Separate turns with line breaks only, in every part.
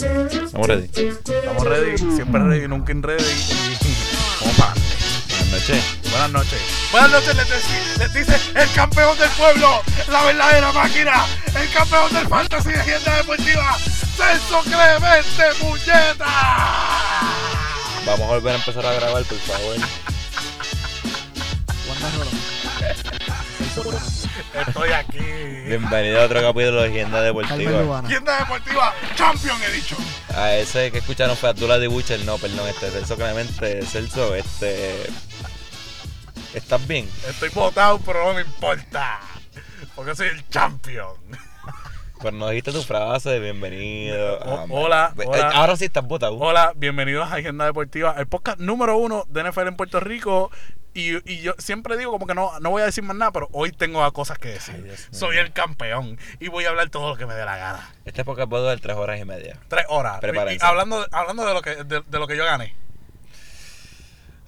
Estamos ready.
Estamos ready, siempre ready, nunca in ready. Vamos pa' adelante.
Buenas noches.
Buenas noches. Buenas noches, les, deci- les dice el campeón del pueblo, la verdadera máquina, el campeón del fantasy de agenda deportiva, Celso Clemente Puñeta.
Vamos a volver a empezar a grabar, por favor.
Estoy aquí.
Bienvenido a otro capítulo de Agenda
Carmen
Deportiva.
Lubana.
Agenda deportiva, champion he dicho.
A ese que escucharon fue Abdullah de Butcher. No, perdón, este Celso Clemente. Celso, este. ¿Estás bien?
Estoy votado, pero no me importa, porque soy el champion.
Pero Pues no dijiste tu frase de bienvenido.
O-
Ah,
hola,
man.
hola.
Eh, Ahora sí estás botado.
Hola, bienvenidos a Agenda Deportiva, el podcast número uno de NFL en Puerto Rico. Y, y yo siempre digo como que no, no voy a decir más nada, pero hoy tengo cosas que decir.
Ay, Dios mío.
Soy el campeón y voy a hablar todo lo que me dé la gana.
Este podcast puede durar tres horas y media.
Tres horas. Y, y
Prepárense.
hablando, hablando de, lo que, de, de lo que yo gané.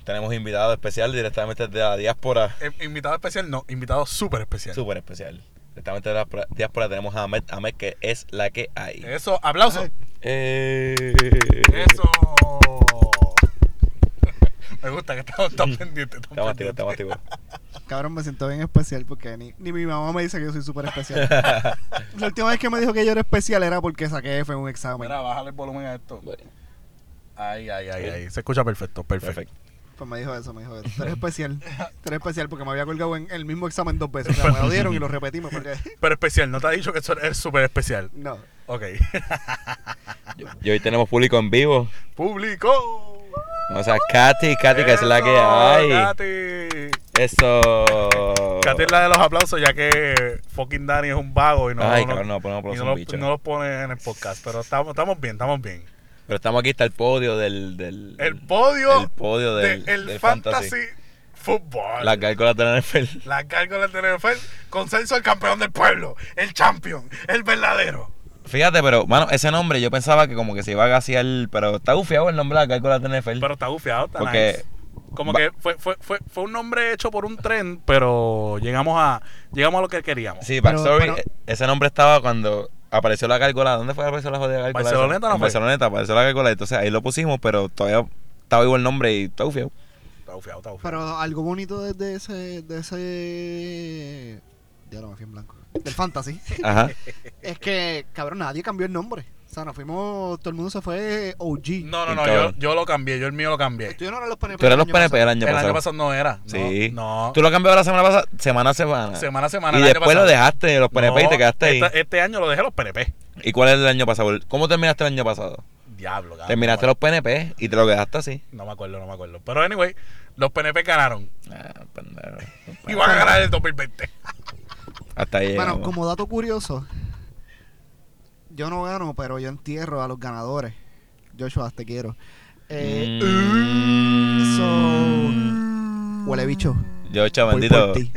Tenemos invitado especial directamente de la diáspora.
Eh, invitado especial, no, invitado súper especial.
Súper especial. Directamente de la pro- diáspora tenemos a Ahmed. Ahmed, que es la que hay.
Eso, aplauso.
Eh.
Eso. me gusta que estamos tan pendientes. tan
Estamos activos,
pendientes.
estamos activos.
Cabrón, me siento bien especial porque ni, ni mi mamá me dice que yo soy súper especial. La última vez que me dijo que yo era especial era porque saqué F en un examen.
Mira, bájale el volumen a esto. Ay, ay, ay, ay. Se escucha perfecto, perfecto.
Perfecto.
Pues me dijo eso, me dijo eso. Tú eres especial. Tú eres especial porque me había colgado en el mismo examen dos veces. O sea, me lo dieron y lo repetimos porque...
Pero especial, no te ha dicho que eso es súper especial.
No.
Ok.
Y hoy tenemos público en vivo.
¡Público!
O sea, Katy, Katy, que es la que hay.
Katy.
Eso.
Katy es la de los aplausos, ya que fucking Dani es un vago y no,
Ay,
no,
cabrón, no, ponemos
y
aplausos
no
a un
lo-
bicho.
no los pone en el podcast. Pero estamos, estamos bien, estamos bien.
Pero estamos aquí, está el podio del. del
El podio,
El podio del,
de el
del
fantasy, Football.
Las gárgolas de la NFL.
La cargo del NFL. Consenso el campeón del pueblo. El champion. El verdadero.
Fíjate, pero, mano, ese nombre yo pensaba que como que se iba a gasear, pero está gufiado el nombre de las gárgolas de la NFL.
Pero está bufiado, está
Porque-
nice. Como
va-
que fue, fue, fue, fue un nombre hecho por un tren, pero llegamos a llegamos a lo que queríamos.
sí,
Pero,
backstory,
pero-
eh, ese nombre estaba cuando apareció la gárgola. ¿Dónde fue que apareció la jodida gárgola? esa?
¿Barceloneta no
En
fue?
Barceloneta, apareció la gárgola. Entonces ahí lo pusimos, pero todavía estaba vivo el nombre y está gufiado.
Está bufiado, está bufiado.
Pero algo bonito desde ese... De ese... Ya lo me fui en blanco. Del fantasy.
Ajá.
es que, cabrón, nadie cambió el nombre. O sea, nos fuimos... Todo el mundo se fue OG.
No, no, no, yo,
Cabrón.
yo lo cambié, yo el mío lo cambié.
Tú y yo no eras los PNP.
Tú eras los
el año
PNP el año
el
pasado.
año pasado no era. No,
Sí.
No.
Tú lo cambiaste la semana pasada, semana a semana.
Semana a semana.
y
el año
después lo
pasado.
dejaste los PNP y
No,
te quedaste ahí.
esta- este año lo dejé los PNP.
¿Y cuál es el año pasado? ¿Cómo terminaste el año pasado?
Diablo, cabrón.
terminaste
no,
los PNP y te lo quedaste así.
me- No me acuerdo, no me acuerdo. Pero anyway, los PNP ganaron.
Ah, pendejo.
Y van a ganar el 2020.
Hasta ahí.
Bueno,
llegamos.
como dato curioso, yo no gano, pero yo entierro a los ganadores. Joshua, te quiero. Eh,
Mm.
Huele bicho.
Yo hecho
uh, voy
bendito.
por ti.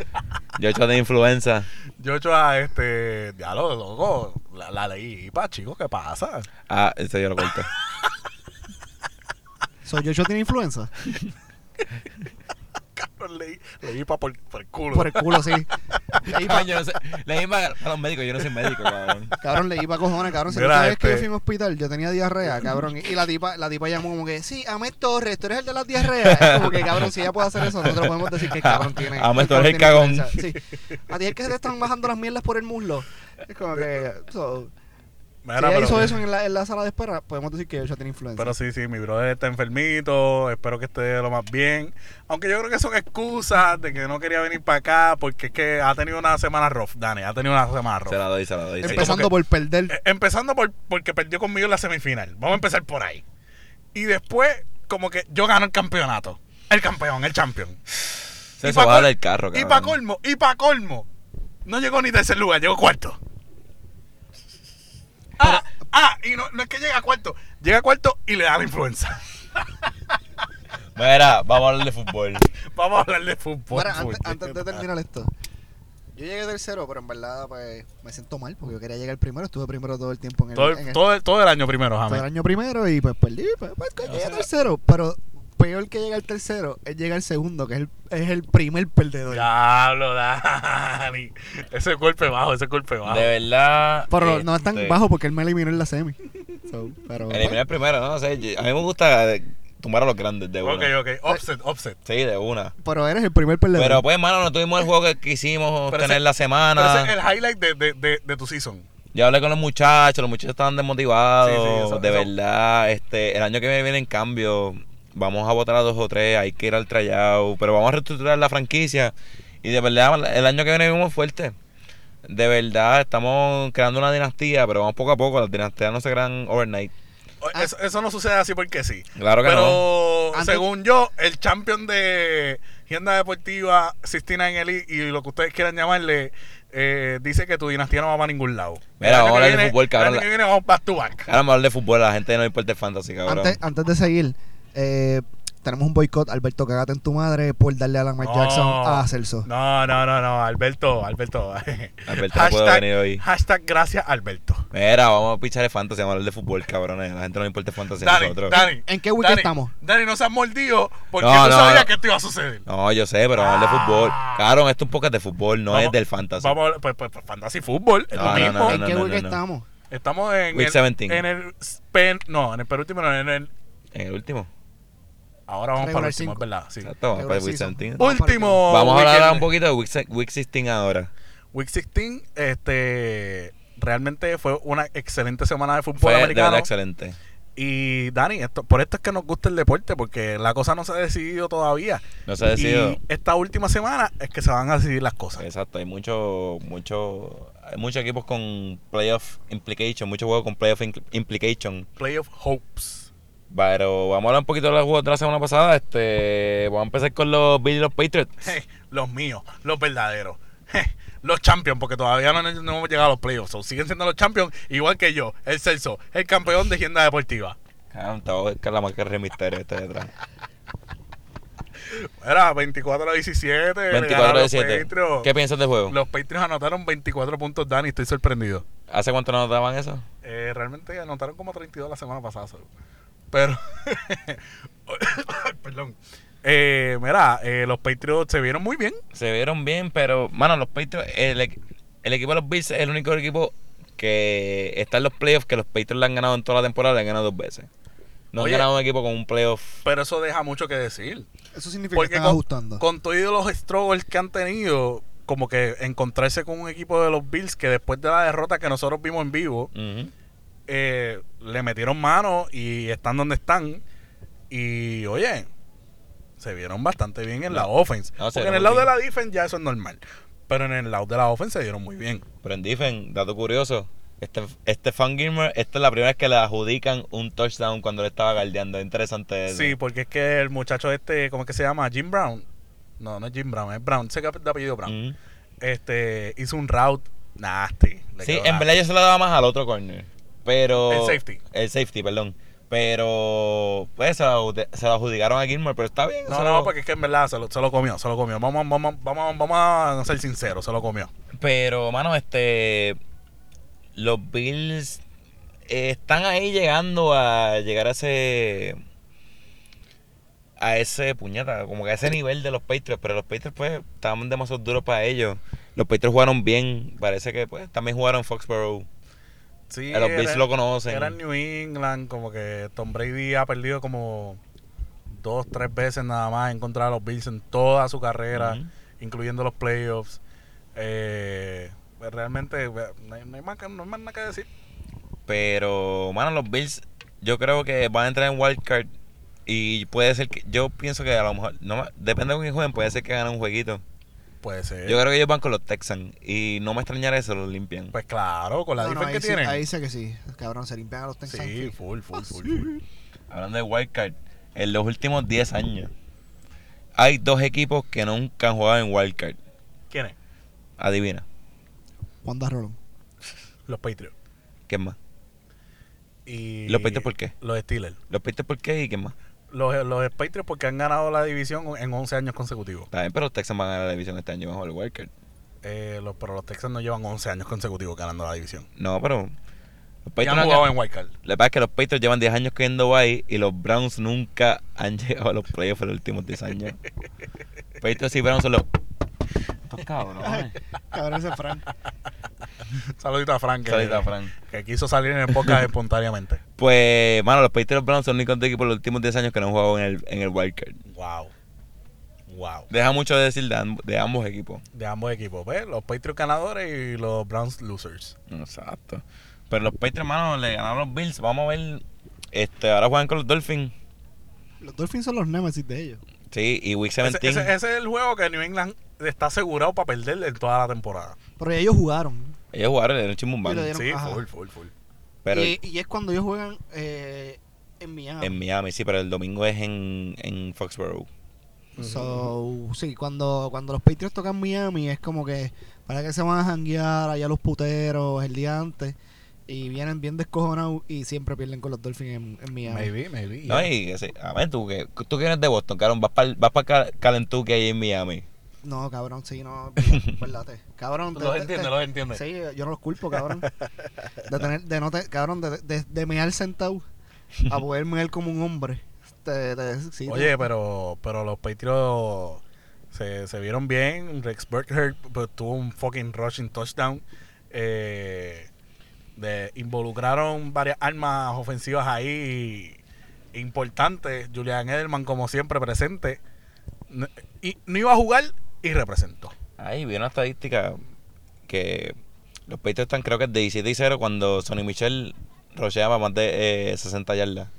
Yo hecho de influenza.
Yo he hecho a este. Diablo, loco. La, la leí. Pa, chicos, ¿qué pasa?
Ah, eso yo lo corto.
So, Joshua tiene influenza.
Cabrón, leí, leí pa por, por el culo.
Por el culo, sí. Le iba,
Cabrón, yo no sé. Le dije a los médicos, yo no soy médico, cabrón.
cabrón, le iba a cojones, cabrón. Si
Mira,
la última vez
este-
que yo fui a un hospital, yo tenía diarrea, cabrón. Y la tipa, la tipa llamó como que, sí, Ahmed Torres, tú eres el de las diarreas. Es como que, cabrón, si ella puede hacer eso, nosotros podemos decir que el
Ah,
cabrón tiene.
Ahmed, tú
cabrón
eres el
tiene
cagón.
influenza. Sí. A ti es que se te están bajando las mierdas por el muslo. Es como que. so,
Mira,
si ella
pero-
hizo eso en la, en la sala de espera, podemos decir que ella tiene influenza.
Pero sí, sí, mi brother está enfermito, espero que esté lo más bien. Aunque yo creo que son excusas de que no quería venir para acá porque es que ha tenido una semana rough, Dani, ha tenido una semana rough.
Se la doy, se la doy. sí.
Empezando
como
por perder.
Eh, Empezando por, porque perdió conmigo en la semifinal, vamos a empezar por ahí. Y después, como que yo gano el campeonato, el campeón, el champion.
Se
y pa'
sobaba
col-
el carro,
Y
cabrón.
para colmo, y para colmo, no llegó ni tercer lugar, llegó cuarto. Ah, ah, y no, no es que llega a cuarto, llega a cuarto y le da la influenza.
Mira, vamos a hablar de fútbol.
Vamos a hablar de fútbol.
Mira,
puñeta.
antes, antes de terminar esto, yo llegué tercero, pero en verdad pues, me siento mal porque yo quería llegar primero. Estuve primero todo el tiempo en el,
Todo,
en
el,
el-
todo, el- todo el año primero,
todo el
James.
año primero y pues perdí. Pues, pues, coño, llegué tercero, pero peor que llegar tercero es llegar segundo, que es el, es el primer perdedor.
Diablo, Dani. Ese golpe bajo, ese golpe bajo.
De verdad.
Pero no es tan
este,
bajo porque él me eliminó en la semi. So, pero, pues,
Eliminar primero, ¿no? O sea, yo- a mí me gusta eh, tumbar a los grandes de una.
Ok, ok. Offset, offset.
Sí, de una.
pero eres el primer perdedor.
Pero pues, mano, no tuvimos el juego que quisimos
Pero
tener
ese-
la
Pero ese es
semana.
el highlight de, de, de, de tu season.
Yo hablé con los muchachos, los muchachos estaban desmotivados.
Sí, sí, eso-
de
eso-
verdad, este, el año que viene, en cambio, vamos a votar a dos o tres, hay que ir al tryout, pero vamos a reestructurar la franquicia. Y de verdad, el año que viene vivimos fuerte. De verdad, estamos creando una dinastía, pero vamos poco a poco. Las dinastías no se crean overnight.
O-
Ah.
Eso, eso no sucede así porque sí.
Claro que
Pero
Antes-
según yo, el champion de Gienda Deportiva, Sistina en Elite y lo que ustedes quieran llamarle, eh, dice que tu dinastía no va para ningún lado.
Mira,
El
vamos a
año que
hablar de
viene-
fútbol, cabrón.
El año que viene vamos back to back.
Ahora vamos a hablar de fútbol, a la gente no le importa el fantasy, cabrón.
antes, ah. antes de seguir, eh, tenemos un boicot. Alberto, cagate en tu madre por darle a Lamar Jackson a Celso.
No, no, no, no, Alberto, Alberto.
Alberto no puede venir hoy.
Hashtag gracias, Alberto.
Mira, vamos a pichar el fantasy, vamos a hablar de fútbol, cabrones. A la gente no le importa el fantasy a
Dani,
nosotros.
Dani.
¿En qué week
Dani,
estamos?
Dani, no seas mordido porque
No,
tú
no,
sabías
no.
que esto iba a suceder.
No, yo sé, pero vamos a hablar de
Ah.
fútbol. Cabrón, esto es un podcast de fútbol, no
Vamos-
es del fantasy.
Vamos a hablar- pues, pues, pues, fantasy fútbol, es
No,
lo
no,
mismo.
no, no,
¿En
no,
qué
no,
week
no.
estamos?
Estamos en
Week
el
17.
en el pen, no, en el penúltimo, no, en el
En el último.
ahora vamos para el
Regular
último, es
cinco.
verdad, sí.
Exacto, vamos para
Regular
el Week
season.
17.
Vamos para el
Último.
Vamos a hablar
weekend.
un poquito de Week, se- week 16 ahora.
Week 16, este realmente fue una excelente semana de fútbol
Fue de
americano.
verdad excelente.
Y Dani, esto, por esto es que nos gusta el deporte, porque la cosa no se ha decidido todavía.
No se ha decidido.
Y esta última semana es que se van a decidir las cosas.
Exacto, hay mucho, mucho, hay muchos equipos con playoff implication, muchos juegos con playoff incl- implication.
Playoff Hopes.
Pero vamos a hablar un poquito de los juegos de la semana pasada. Este, vamos a empezar con los Bills y los Patriots.
Je, los míos, los verdaderos. Je, los champions, porque todavía no, no hemos llegado a los playoffs. So, siguen siendo los champions, igual que yo, el Celso, el campeón de agenda deportiva.
Cabrón, te voy a buscar la marca de Rey Misterio este detrás.
Era 24 a 17. le ganaron
24 de
los
7.
Patriots.
¿Qué piensas del juego?
Los Patriots anotaron 24 puntos, Dani, estoy sorprendido.
¿Hace cuánto no daban eso?
Eh, realmente anotaron como 32 la semana pasada. solo. Pero, perdón. Eh, mira, eh, los Patriots se vieron muy bien.
Se vieron bien, pero, mano, los Patriots, el, equ- el equipo de los Bills es el único equipo que está en los playoffs que los Patriots le han ganado en toda la temporada, le han ganado dos veces. No
Oye.
han ganado un equipo con un playoff.
Pero eso deja mucho que decir.
Eso significa que
Porque
están
con,
ajustando.
con todos los struggles que han tenido, como que encontrarse con un equipo de los Bills que después de la derrota que nosotros vimos en vivo,
Ujú.
eh, le metieron mano y están donde están. Y oye, se vieron bastante bien en la offense.
no, se
Porque en
vieron
el lado
bien.
de la defense ya eso es normal. Pero en el lado de la offense se vieron muy bien.
Pero en Difen, dato curioso, este, este Fan Gilmer, esta es la primera vez que le adjudican un touchdown cuando le estaba galdeando. Interesante eso.
Sí, porque es que el muchacho este, ¿cómo es que se llama? Jim Brown. No, no es Jim Brown, es Brown. Sé que de apellido Brown.
Ujú.
Este, hizo un route nasty. Le
Sí,
quedó
en
nasty.
verdad yo se la daba más al otro corner. Pero.
El safety.
El safety, perdón. Pero. Pues se la, adjudi- se la adjudicaron a Gilmore, pero está bien.
No,
se
no,
lo-
porque es que en verdad se lo, se lo comió, se lo comió. Vamos, vamos, vamos, vamos a ser sinceros, se lo comió.
Pero, mano, este. Los Bills eh, están ahí llegando a llegar a ese. A ese puñeta, como que a ese nivel de los Patriots. Pero los Patriots, pues, estaban demasiado duros para ellos. Los Patriots jugaron bien. Parece que, pues, también jugaron Foxborough.
Sí,
A Eh, los Bills
era-
lo conocen.
Era en New England, como que Tom Brady ha perdido como dos, tres veces nada más en contra de los Bills en toda su carrera,
Ujú.
incluyendo los playoffs. Eh, pues realmente pues, no hay, no hay más que, no hay más nada que decir.
Pero, mano, los Bills, yo creo que van a entrar en wildcard. Y puede ser que. Yo pienso que a lo mejor. No, ma- depende de quién jueguen, puede ser que ganen un jueguito.
Puede ser.
Yo creo que ellos van con los Texans. Y no me extrañaré eso, los limpian.
Pues claro, con la
No, no,
diferencia
ahí,
que
sí- Ah,
tienen.
ahí sé que sí. Cabrón, se limpian a los Texans.
sí,
Sí.
full, full, full, full.
Hablando de wildcard, en los últimos 10 años, hay dos equipos que nunca han jugado en wildcard.
¿Quién es?
Adivina,
Wanda Rolón.
Los Patriots.
¿quién más?
Y
¿Los Patriots por qué?
Los Steelers.
¿Los Patriots por qué y quién más?
Los, los Patriots porque han ganado la división en 11 años consecutivos.
Está bien, pero los Texans van a ganar la división este año bajo el wildcard.
Eh, los, pero los Texans no llevan 11 años consecutivos ganando la división.
No, pero... Los Patriots
Ya han
Pues no
jugado
han-
en Wildcard.
Lo que pasa es que los Patriots llevan 10 años cayendo bye y los Browns nunca han llegado a los playoffs en los últimos 10 años. Patriots y Browns son los... Estos cabrones.
Cabrón, ese Frank.
Saludito a Frank. que-
Saludito a Frank.
Que quiso salir en el podcast espontáneamente.
Pues, mano, los Patriots Browns son el único equipo en los últimos 10 años que no han jugado en el, en el wildcard.
Wow. Wow.
Deja mucho de decir de, amb- de ambos equipos.
De ambos equipos. ¿ves? Los Patriots ganadores y los Browns losers.
Exacto. Pero los Patriots, mano, le ganaron los Bills. Vamos a ver. Este, ahora juegan con los Dolphins.
Los Dolphins son los nemesis de ellos.
Sí, y Week
Ese,
17.
ese- ese es el juego que New England está asegurado para perder en toda la temporada.
Pero ellos jugaron.
Ellos jugaron, le dieron
Y lo
chimbumbán.
dieron-
Sí,
ajá.
full, full, full.
Pero
y, y es cuando ellos juegan eh, en Miami.
en Miami, sí, pero el domingo es en, en Foxborough.
So, sí, cuando, cuando los Patriots tocan Miami es como que para que se van a janguear allá los puteros el día antes y vienen bien descojonados y siempre pierden con los Dolphins en, en Miami.
Maybe, maybe.
No, y ese- a ver, tú que tú que eres de Boston, cabrón, vas para vas para Calentuque ahí en Miami.
No, cabrón, sí, no, verdad, verdad, te- cabrón, te-
Los
te-
entiende,
te-
los entiende.
Sí, yo no los culpo, cabrón. De tener, de no te, cabrón, de, de, de mear sentado a poder mear como un hombre. Te- te- sí, te-
Oye, pero, pero los Patriots se, se vieron bien. Rex Burkhardt pues, tuvo un fucking rushing touchdown. Eh, de, involucraron varias armas ofensivas ahí importantes. Julian Edelman, como siempre, presente. No- y no iba a jugar y representó.
Ahí vi una estadística que los Patriots están creo que 17 y 0 cuando Sonny Michel rocheaba más de eh, 60 yardas.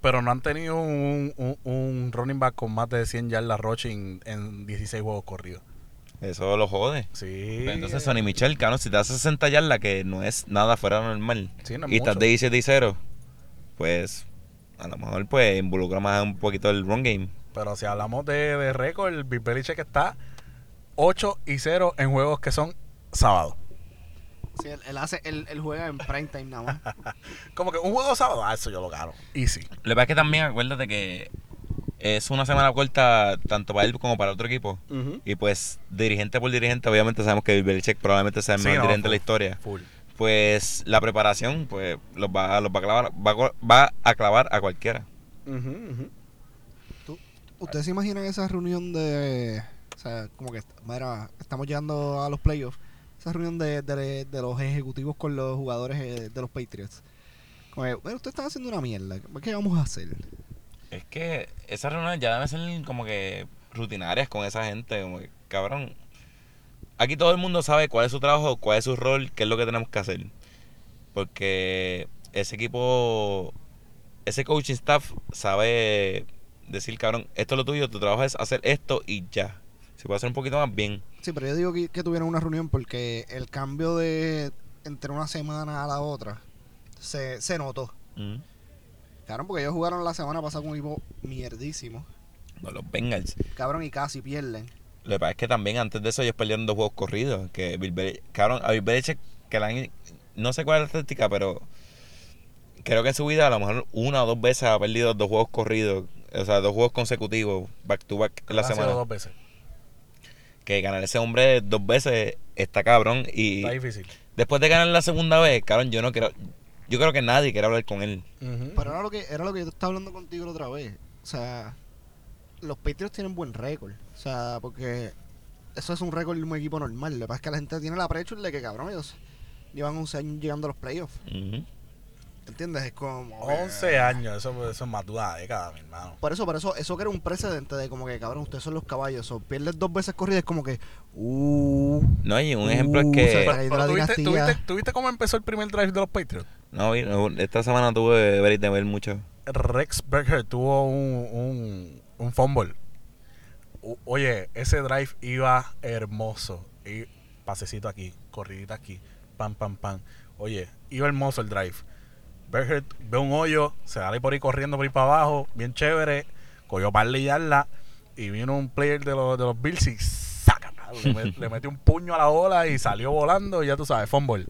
Pero no han tenido un, un- un running back con más de 100 yardas rushing en 16 juegos corridos.
Eso lo jode.
Sí.
Pero Pues entonces Sonny Michel, cabrón, si te hace 60 yardas, que no es nada fuera de lo normal,
Sí, no es
y estás
mucho.
17 y 0, pues a lo mejor pues involucra más un poquito el run game.
Pero si hablamos de, de récord, el Bill Belichick está 8 y 0 en juegos que son sábado.
sí, él, él hace, él, él juega en prime time nada más.
Como que un juego sábado, ah, eso yo lo gano. Easy.
Lo que pasa es que también acuérdate que es una semana corta tanto para él como para otro equipo. Y pues, dirigente por dirigente, obviamente sabemos que Bill Belichick probablemente sea el
Sí,
mejor
no,
dirigente de
full.
la historia.
Full.
Pues la preparación, pues, los va, los va a clavar, va, a co- va a clavar a cualquiera.
¿Ustedes se imaginan esa reunión de. O sea, como que. Mira, estamos llegando a los playoffs. Esa reunión de, de- de los ejecutivos con los jugadores eh, de los Patriots. Como que, bueno, ustedes están haciendo una mierda. ¿Qué vamos a hacer?
Es que esas reuniones ya deben ser como que rutinarias con esa gente, como que, cabrón. Aquí todo el mundo sabe cuál es su trabajo, cuál es su rol, qué es lo que tenemos que hacer. Porque ese equipo, ese coaching staff sabe decir, cabrón, esto es lo tuyo, tu trabajo es hacer esto y ya. Se puede hacer un poquito más bien.
Sí, pero yo digo que, que tuvieron una reunión porque el cambio de. entre una semana a la otra se, se notó.
Mm.
Claro, porque ellos jugaron la semana pasada con un equipo mierdísimo.
No los Bengals.
Cabrón, y casi pierden.
Lo que pasa es que también antes de eso ellos perdieron dos juegos corridos. Que Bill Belichick- cabrón, a Bill Belichick, que la han- no sé cuál es la estadística, pero creo que en su vida a lo mejor una o dos veces ha perdido dos juegos corridos. O sea, dos juegos consecutivos, back to back
Ah,
en la
Ha sido
semana.
dos veces.
Que ganar ese hombre dos veces está cabrón. Y
Está difícil.
después de ganar la segunda vez, cabrón, yo no creo. Yo creo que nadie quiere hablar con él.
Pero era lo que era lo que yo estaba hablando contigo la otra vez. O sea, los Patriots tienen buen récord. O sea, porque eso es un récord de un equipo normal. Lo que pasa es que la gente tiene la pressure de que, cabrón, ellos llevan 11 años llegando a los playoffs.
Ujú.
¿Entiendes? Es como... eh,
11 años, eso, eso es más de una década, mi hermano.
Por eso, por eso, eso que era un precedente de como que, cabrón, ustedes son los caballos. O pierdes dos veces corridas, es como que... Uh,
No, y un ejemplo es
Uh,
que.
se
Pero,
Ahí de
pero
la
¿tuviste,
dinastía.
tuviste- tuviste cómo empezó el primer drive de los Patriots?
No, y- no, esta semana tuve break de ver mucho.
Rex Berger tuvo un, un, un fumble. O- Oye, ese drive iba hermoso. Y pasecito aquí, corridita aquí, pam, pam, pam. Oye, iba hermoso el drive. Berger ve un hoyo, se sale por ahí corriendo por ahí para abajo, bien chévere. Cogió par de yardas y vino un player de los, de los Bills y saca. Le, met- le metió un puño a la bola y salió volando. Y ya tú sabes, fumble.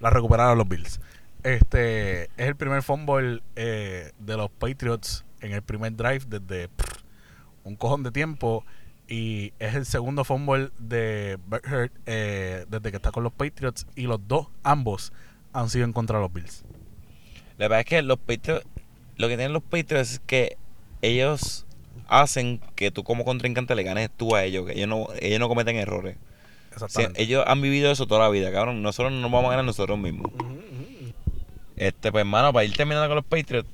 La recuperaron los Bills. Este es el primer fumble eh, de los Patriots en el primer drive desde pff, un cojón de tiempo. Y es el segundo fumble de Berghard desde que está con los Patriots. Y los dos, ambos, han sido en contra de los Bills.
La verdad es que los Patriots, lo que tienen los Patriots es que ellos hacen que tú como contrincante le ganes tú a ellos, que ellos no, ellos no cometen errores. Sí,
Exactamente.
ellos han vivido eso toda la vida, cabrón. Nosotros no nos vamos a ganar nosotros mismos.
Ujú, ujú, ujú.
Este, pues, hermano, para ir terminando con los Patriots,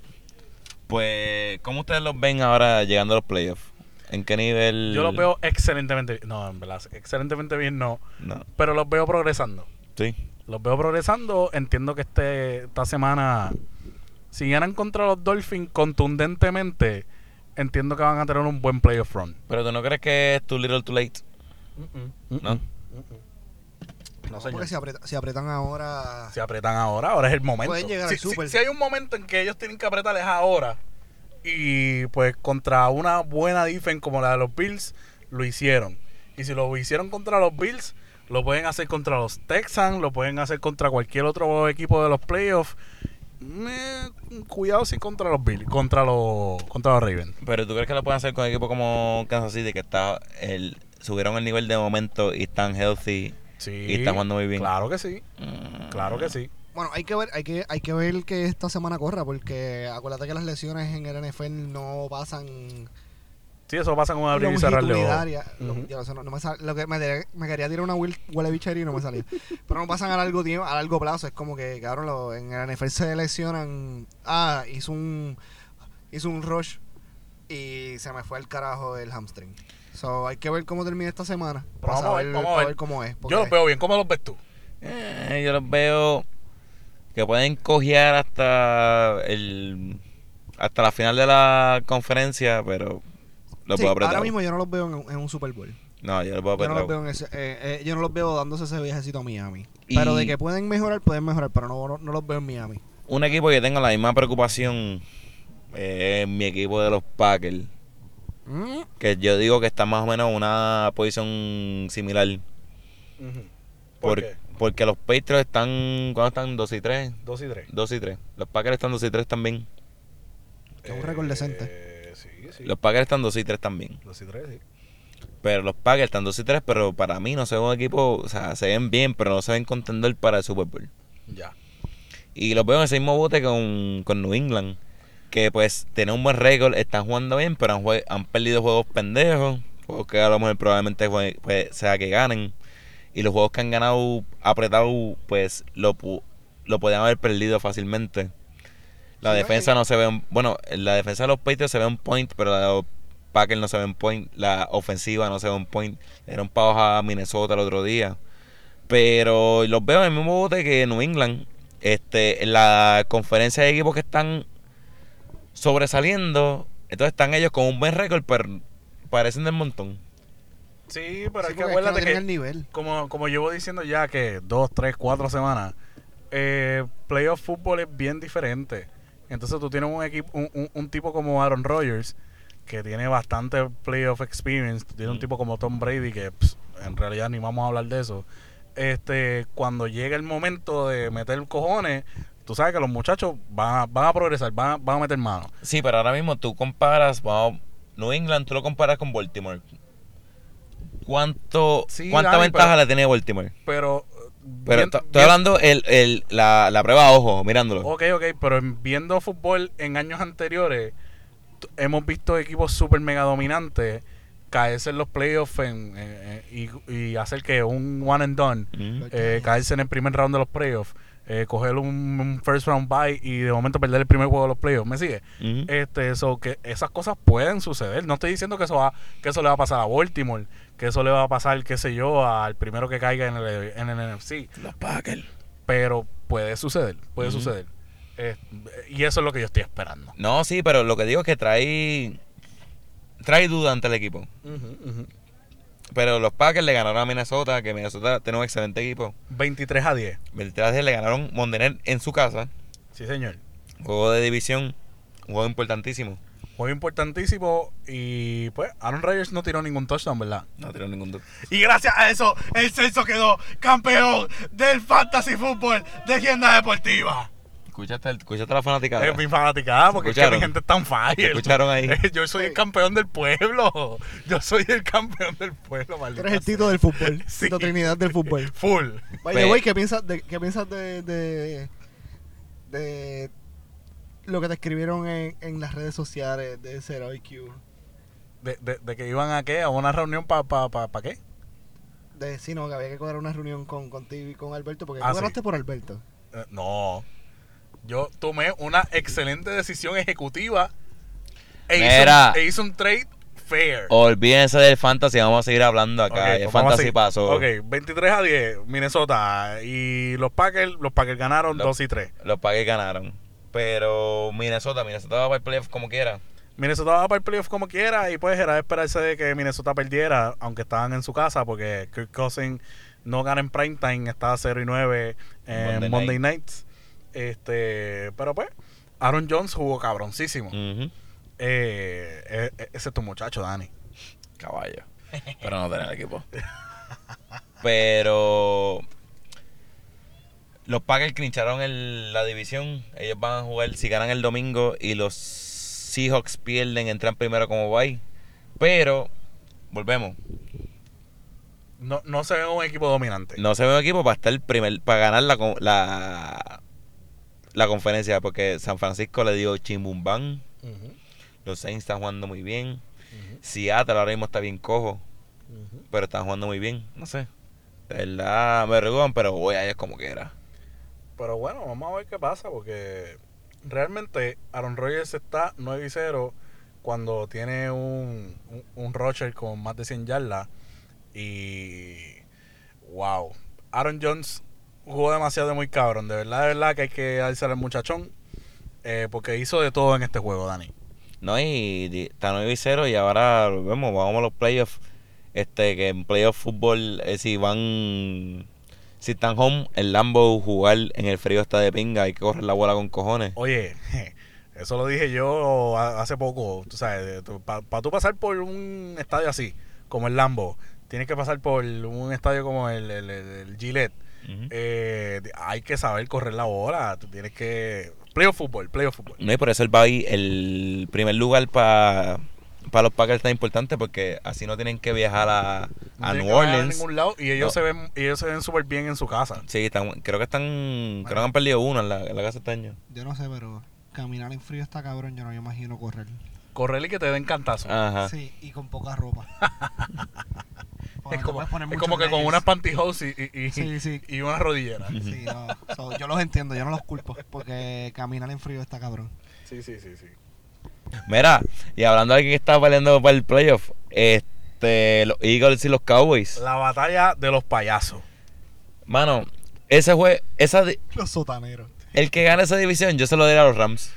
pues, ¿cómo ustedes los ven ahora llegando a los playoffs? ¿En qué nivel?
Yo los veo excelentemente bien. No, en verdad, excelentemente bien no.
No,
Pero los veo progresando.
sí.
Los veo progresando. Entiendo que este esta semana, si ganan contra los Dolphins contundentemente, entiendo que van a tener un buen playoff run.
Pero tú no crees que es too little too late, ¿no?
No,
Porque
señor.
si, apreta- si apretan ahora.
Se apretan ahora, ahora es el momento.
Pueden llegar
si,
al
si-
Super.
si hay un momento en que ellos tienen que apretar es ahora. Y pues contra una buena defense como la de los Bills, lo hicieron. Y si lo hicieron contra los Bills, lo pueden hacer contra los Texans, lo pueden hacer contra cualquier otro equipo de los playoffs. Eh, cuidado si contra los Bills, contra los contra los Ravens.
Pero tú crees que lo pueden hacer con equipos como Kansas City, que está el, subieron el nivel de momento y están healthy.
Sí.
Y está jugando muy bien.
Claro que sí,
Mm.
claro que sí.
Bueno, hay que ver, hay que, hay que ver que esta semana corra, porque acuérdate que las lesiones en el NFL no pasan
Sí, eso pasa con abrir y cerrar de ojos.
longitudinaria. Lo-
Ujú.
ya lo sé, no- no me sal- lo que me, de- me quería tirar una huel- huele bichería y no me salía. Pero no pasan a largo tiempo, a largo plazo. Es como que, cabrón, lo- en el NFL se lesionan. Ah, hizo un, hizo un rush y se me fue el carajo el hamstring. So, hay que ver cómo termina esta semana.
Pero
para
vamos a ver,
saber-
vamos a
para
ver.
ver cómo es. porque-
Yo los veo bien, ¿cómo los ves tú?
Eh, yo los veo que pueden cojear hasta el hasta la final de la conferencia, pero los
Sí,
puedo apretar.
ahora mismo yo no los veo en, un- en un Super Bowl.
No, yo los puedo
Yo no
apretar.
los veo, en ese- eh, eh, yo no los veo dándose ese viajecito a Miami. Pero
Y-
de que pueden mejorar, pueden mejorar. Pero no, no, no los veo en Miami.
Un equipo que tengo la misma preocupación eh, es mi equipo de los Packers,
Mm.
que yo digo que está más o menos en una posición similar.
¿Por,
Por-
qué?
Porque los Patriots están, ¿cuándo están? 2 y 3.
2 y 3.
2 y 3. Los Packers están 2 y 3 también.
Es un récord
Eh,
decente.
sí, sí.
Los Packers están 2 y 3 también.
Dos y tres, sí.
Pero los Packers están 2 y 3, pero para mí no se ven un equipo, o sea, se ven bien, pero no se ven contender para el Super Bowl.
Ya.
Y los veo en ese mismo bote con, con New England, que pues tienen un buen récord, están jugando bien, pero han, jue- han perdido juegos pendejos, juegos que a lo mejor probablemente jue- pues, sea que ganen. Y los juegos que han ganado apretado, pues lo, pu- lo podían haber perdido fácilmente. La
Sí, no,
defensa
y-
no se ve, un- bueno, la defensa de los Patriots se ve un point, pero la de los Packers no se ve un point, la ofensiva no se ve un point. Era un pavos a Minnesota el otro día. Pero los veo en el mismo bote que New England. Este, en la conferencia de equipos que están sobresaliendo, entonces están ellos con un buen récord, pero parecen del montón.
Sí, pero hay
Sí, porque
que
es que
acuérdate
no tienen el
que,
nivel.
como, como llevo diciendo ya que dos, tres, cuatro semanas, eh, playoff fútbol es bien diferente. Entonces tú tienes un equipo, un, un- un tipo como Aaron Rodgers, que tiene bastante playoff experience, tú tienes un
Mm.
tipo como Tom Brady, que ps, en realidad ni vamos a hablar de eso. Este, cuando llega el momento de meter cojones, tú sabes que los muchachos van a, van a progresar, van a, van a meter mano.
Sí, pero ahora mismo tú comparas, vamos, New England, tú lo comparas con Baltimore. ¿Cuánto,
Sí,
¿Cuánta
Dani,
ventaja
pero-
la tiene Baltimore?
Pero, eh,
Pero
bien-
t- estoy
bien- Oh.
hablando el, el, la, la prueba a ojo, mirándolo.
Ok, ok, pero en- viendo fútbol en años anteriores, t- hemos visto equipos súper mega dominantes caerse en los playoffs en- en- en- y, y hacer que un one and done,
Mm.
eh, caerse en el primer round de los playoffs, eh, coger un, un first round bye y de momento perder el primer juego de los playoffs. ¿Me sigue?
Mm.
Este, eso, que esas cosas pueden suceder. No estoy diciendo que eso, va, que eso le va a pasar a Baltimore, que eso le va a pasar, qué sé yo, al primero que caiga en el, en el NFC
Los Packers.
pero puede suceder, puede
Ujú.
suceder. Eh, y eso es lo que yo estoy esperando.
No, sí, pero lo que digo es que trae trae duda ante el equipo. Pero los Packers le ganaron a Minnesota, que Minnesota tiene un excelente equipo.
23 a 10.
23 de le ganaron Mondener en su casa,
Sí, señor.
juego de división, un juego importantísimo.
Juego importantísimo y pues Aaron Rodgers no tiró ningún touchdown, ¿verdad?
No tiró ningún duda.
Y gracias a eso, el Celso quedó campeón del Fantasy Football de Tienda Deportiva.
Escúchate, el- escúchate a la fanática.
Es mi fanaticada porque es que mi
¿Escucharon?
gente está en fire.
¿Escucharon ahí?
Yo soy el campeón del pueblo. Yo soy el campeón del pueblo,
Tú
maldita
eres el
sea.
Tito del fútbol.
Sí. Pues-
Tito Trinidad del fútbol.
Full.
By
Pe-
the way, ¿qué piensas de, qué piensas de, de, de lo que te escribieron en, en las redes sociales de Zero IQ?
¿De, de, de que iban a qué? ¿A una reunión para pa, pa, pa qué?
de sí, no, que había que cuadrar una reunión con, contigo y con Alberto, porque
Ah,
tú
sí.
ganaste por Alberto.
Eh, no. Yo tomé una excelente decisión ejecutiva e, hice
Mira. Oh
un, e hice un trade fair.
Olvídense del fantasy, vamos a seguir hablando acá.
Ok,
el
pues vamos
fantasy
así.
pasó.
Ok, 23 a 10, Minnesota. Y los Packers, los Packers ganaron
Los-
2 y 3.
Los Packers ganaron. Pero Minnesota, Minnesota va para el playoff como quiera.
Minnesota va para el playoff como quiera y pues era de esperarse de que Minnesota perdiera, aunque estaban en su casa, porque Kirk Cousins no gana en prime time, está 0 y 9 en
Monday
Monday, Nights. Este, pero pues, Aaron Jones jugó cabroncísimo.
Ujú.
Eh, eh, eh, ese es tu muchacho, Dani.
Caballo. Pero no tener equipo. Pero los Packers clincharon el- la división. Ellos van a jugar si ganan el domingo y los Seahawks pierden, entran primero como bye. Pero volvemos.
No, no se ve un equipo dominante.
No se ve un equipo para estar el primer, para ganar la, con- la, la conferencia, porque San Francisco le dio chimbumbán.
Ujú,
Los Saints están jugando muy bien.
ujú,
Seattle ahora mismo está bien cojo,
ujú.
pero están jugando muy bien. No sé. De verdad, me arrugan, pero voy a ellos como quiera.
Pero bueno, vamos a ver qué pasa, porque realmente Aaron Rodgers está 9 y 0 cuando tiene un, un, un Rocher con más de 100 yardas. Y. ¡Wow! Aaron Jones jugó demasiado de muy cabrón. De verdad, de verdad que hay que alzar al muchachón, eh, porque hizo de todo en este juego, Dani.
No, y di- está 9 y 0 y ahora lo vemos, vamos a los playoffs. Este, que en playoff fútbol, eh, si van, si están home, el Lambo jugar en el frío está de pinga, hay que correr la bola con cojones.
Oye, eso lo dije yo a- hace poco. Tú sabes, para tú pasar por un estadio así, como el Lambo, tienes que pasar por un estadio como el, el, el- el Gillette.
Ujú.
Eh, hay que saber correr la bola. Tú tienes que. Playoff fútbol, playoff fútbol.
No, y por eso el Bay, el primer lugar para los Packers tan importante porque así no tienen que viajar a,
No
a New
tienes que bajar a
Orleans.
ningún lado y ellos
No.
se ven y ellos se ven súper bien en su casa.
Sí, están- creo que están, creo que han perdido uno en la, en la casa este año.
Yo no sé, pero caminar en frío está cabrón, yo no me imagino correr.
Correr y que te den cantazo.
Ajá.
Sí, y con poca ropa. Porque
es
te
como,
puedes poner
es
muchos
como que con
layers.
unas pantyhose y, y, y,
Sí, sí.
y una rodillera.
Sí, no. So, yo los entiendo, yo no los culpo, porque caminar en frío está cabrón.
Sí, sí, sí, sí.
Mira, y hablando de alguien que está peleando para el playoff, este, los Eagles y los Cowboys.
La batalla de los payasos.
Mano, ese juez, esa, di-
Los sotaneros.
el que gana esa división, yo se lo diré a los Rams.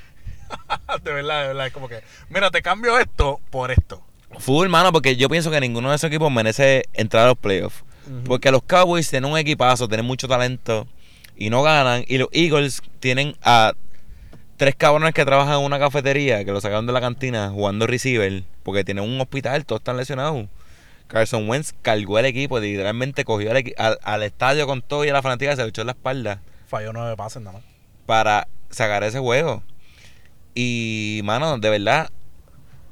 de verdad, de verdad. Es como que, mira, te cambio esto por esto.
Full, mano, porque yo pienso que ninguno de esos equipos merece entrar a los playoffs. Porque los Cowboys tienen un equipazo, tienen mucho talento y no ganan. Y los Eagles tienen a tres cabrones que trabajan en una cafetería, que lo sacaron de la cantina jugando receiver, porque tienen un hospital, todos están lesionados. Carson Wentz cargó el equipo, literalmente cogió al, equi- al- al estadio con todo y a la fanática se le echó en la espalda
Falló nueve pases nada más.
para sacar ese juego. Y, mano, de verdad,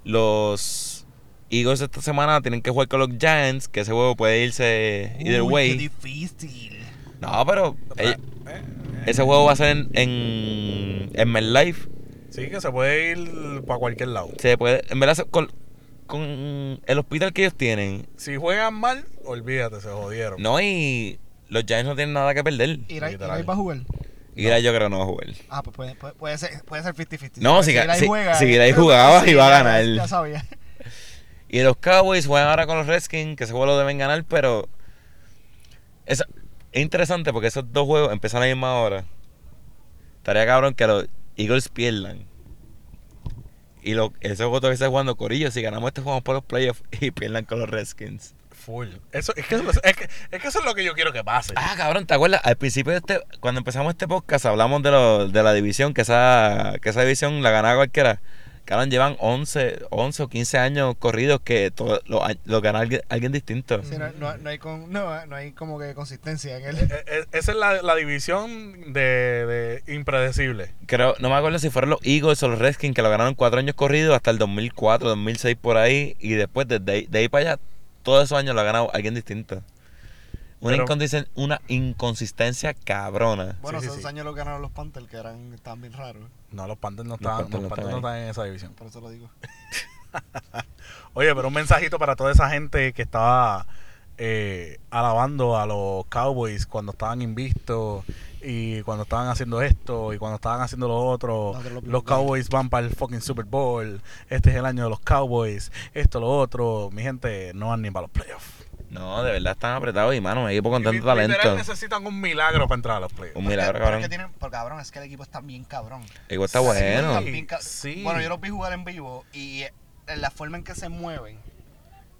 los Eagles esta semana tienen que jugar con los Giants, que ese juego puede irse either
Uy,
way.
Qué difícil.
No, pero eh, ese juego va a ser en, en, en MetLife.
Sí, que se puede ir para cualquier lado.
Se puede, en verdad, se- con, con el hospital que ellos tienen,
Si juegan mal, olvídate, se jodieron.
no, y los Giants no tienen nada que perder.
¿Irai
Literal.
Irai va a jugar?
Y ahora yo creo que no va a jugar.
Ah, pues puede, puede, puede ser, puede ser 50-50.
No,
Porque
si ga-
Irai
si-
juega,
si
eh,
Irai jugaba,
sí,
iba a
ya-
ganar.
Ya sabía.
Y los Cowboys juegan ahora con los Redskins, que ese juego lo deben ganar, pero es, es interesante porque esos dos juegos empiezan a la misma hora. Estaría cabrón que los Eagles pierdan. Y lo, ese juego todavía está jugando Corillo. Si ganamos este juego por los playoffs y pierdan con los Redskins.
Full. Eso, es, que, es, que, es que eso es lo que yo quiero que pase.
Ah, cabrón, ¿te acuerdas? Al principio de este, cuando empezamos este podcast, hablamos de, lo- de la división, que esa, que esa división la ganaba cualquiera. Cabrón, llevan 11, 11 o 15 años corridos que todo, lo, lo gana alguien, alguien distinto.
Sí, no, no- no hay con, no, no hay como que consistencia en
E-
él.
e- esa es la, la división de, de impredecible.
Creo, no me acuerdo si fueron los Eagles o los Redskins que lo ganaron cuatro años corridos hasta el 2004, 2006 por ahí. Y después, desde ahí, de ahí para allá, todos esos años lo ha ganado alguien distinto. Una,
Pero-
inconsisten- una inconsistencia cabrona.
Bueno,
sí,
esos
sí.
años los ganaron los Panthers, que eran tan bien raros.
No, los Panthers no están,
Panthers no
los Panthers no
están
están en esa división.
Por eso lo digo.
Oye, pero un mensajito para toda esa gente que estaba eh, alabando a los Cowboys cuando estaban invictos y cuando estaban haciendo esto y cuando estaban haciendo lo otro.
No, que lo-
los Cowboys van para el fucking Super Bowl. Este es el año de los Cowboys. Esto, lo otro. Mi gente no van ni para los playoffs.
No, de verdad están apretados y, mano, un equipo con tanto
Literal,
talento.
necesitan un milagro para entrar a los playoffs.
Un milagro,
Pero es
cabrón.
que tienen, pero cabrón, es que el equipo está bien cabrón.
El equipo está
Sí,
bueno.
Están bien ca-
sí.
Bueno, yo los vi jugar en vivo y eh, la forma en que se mueven.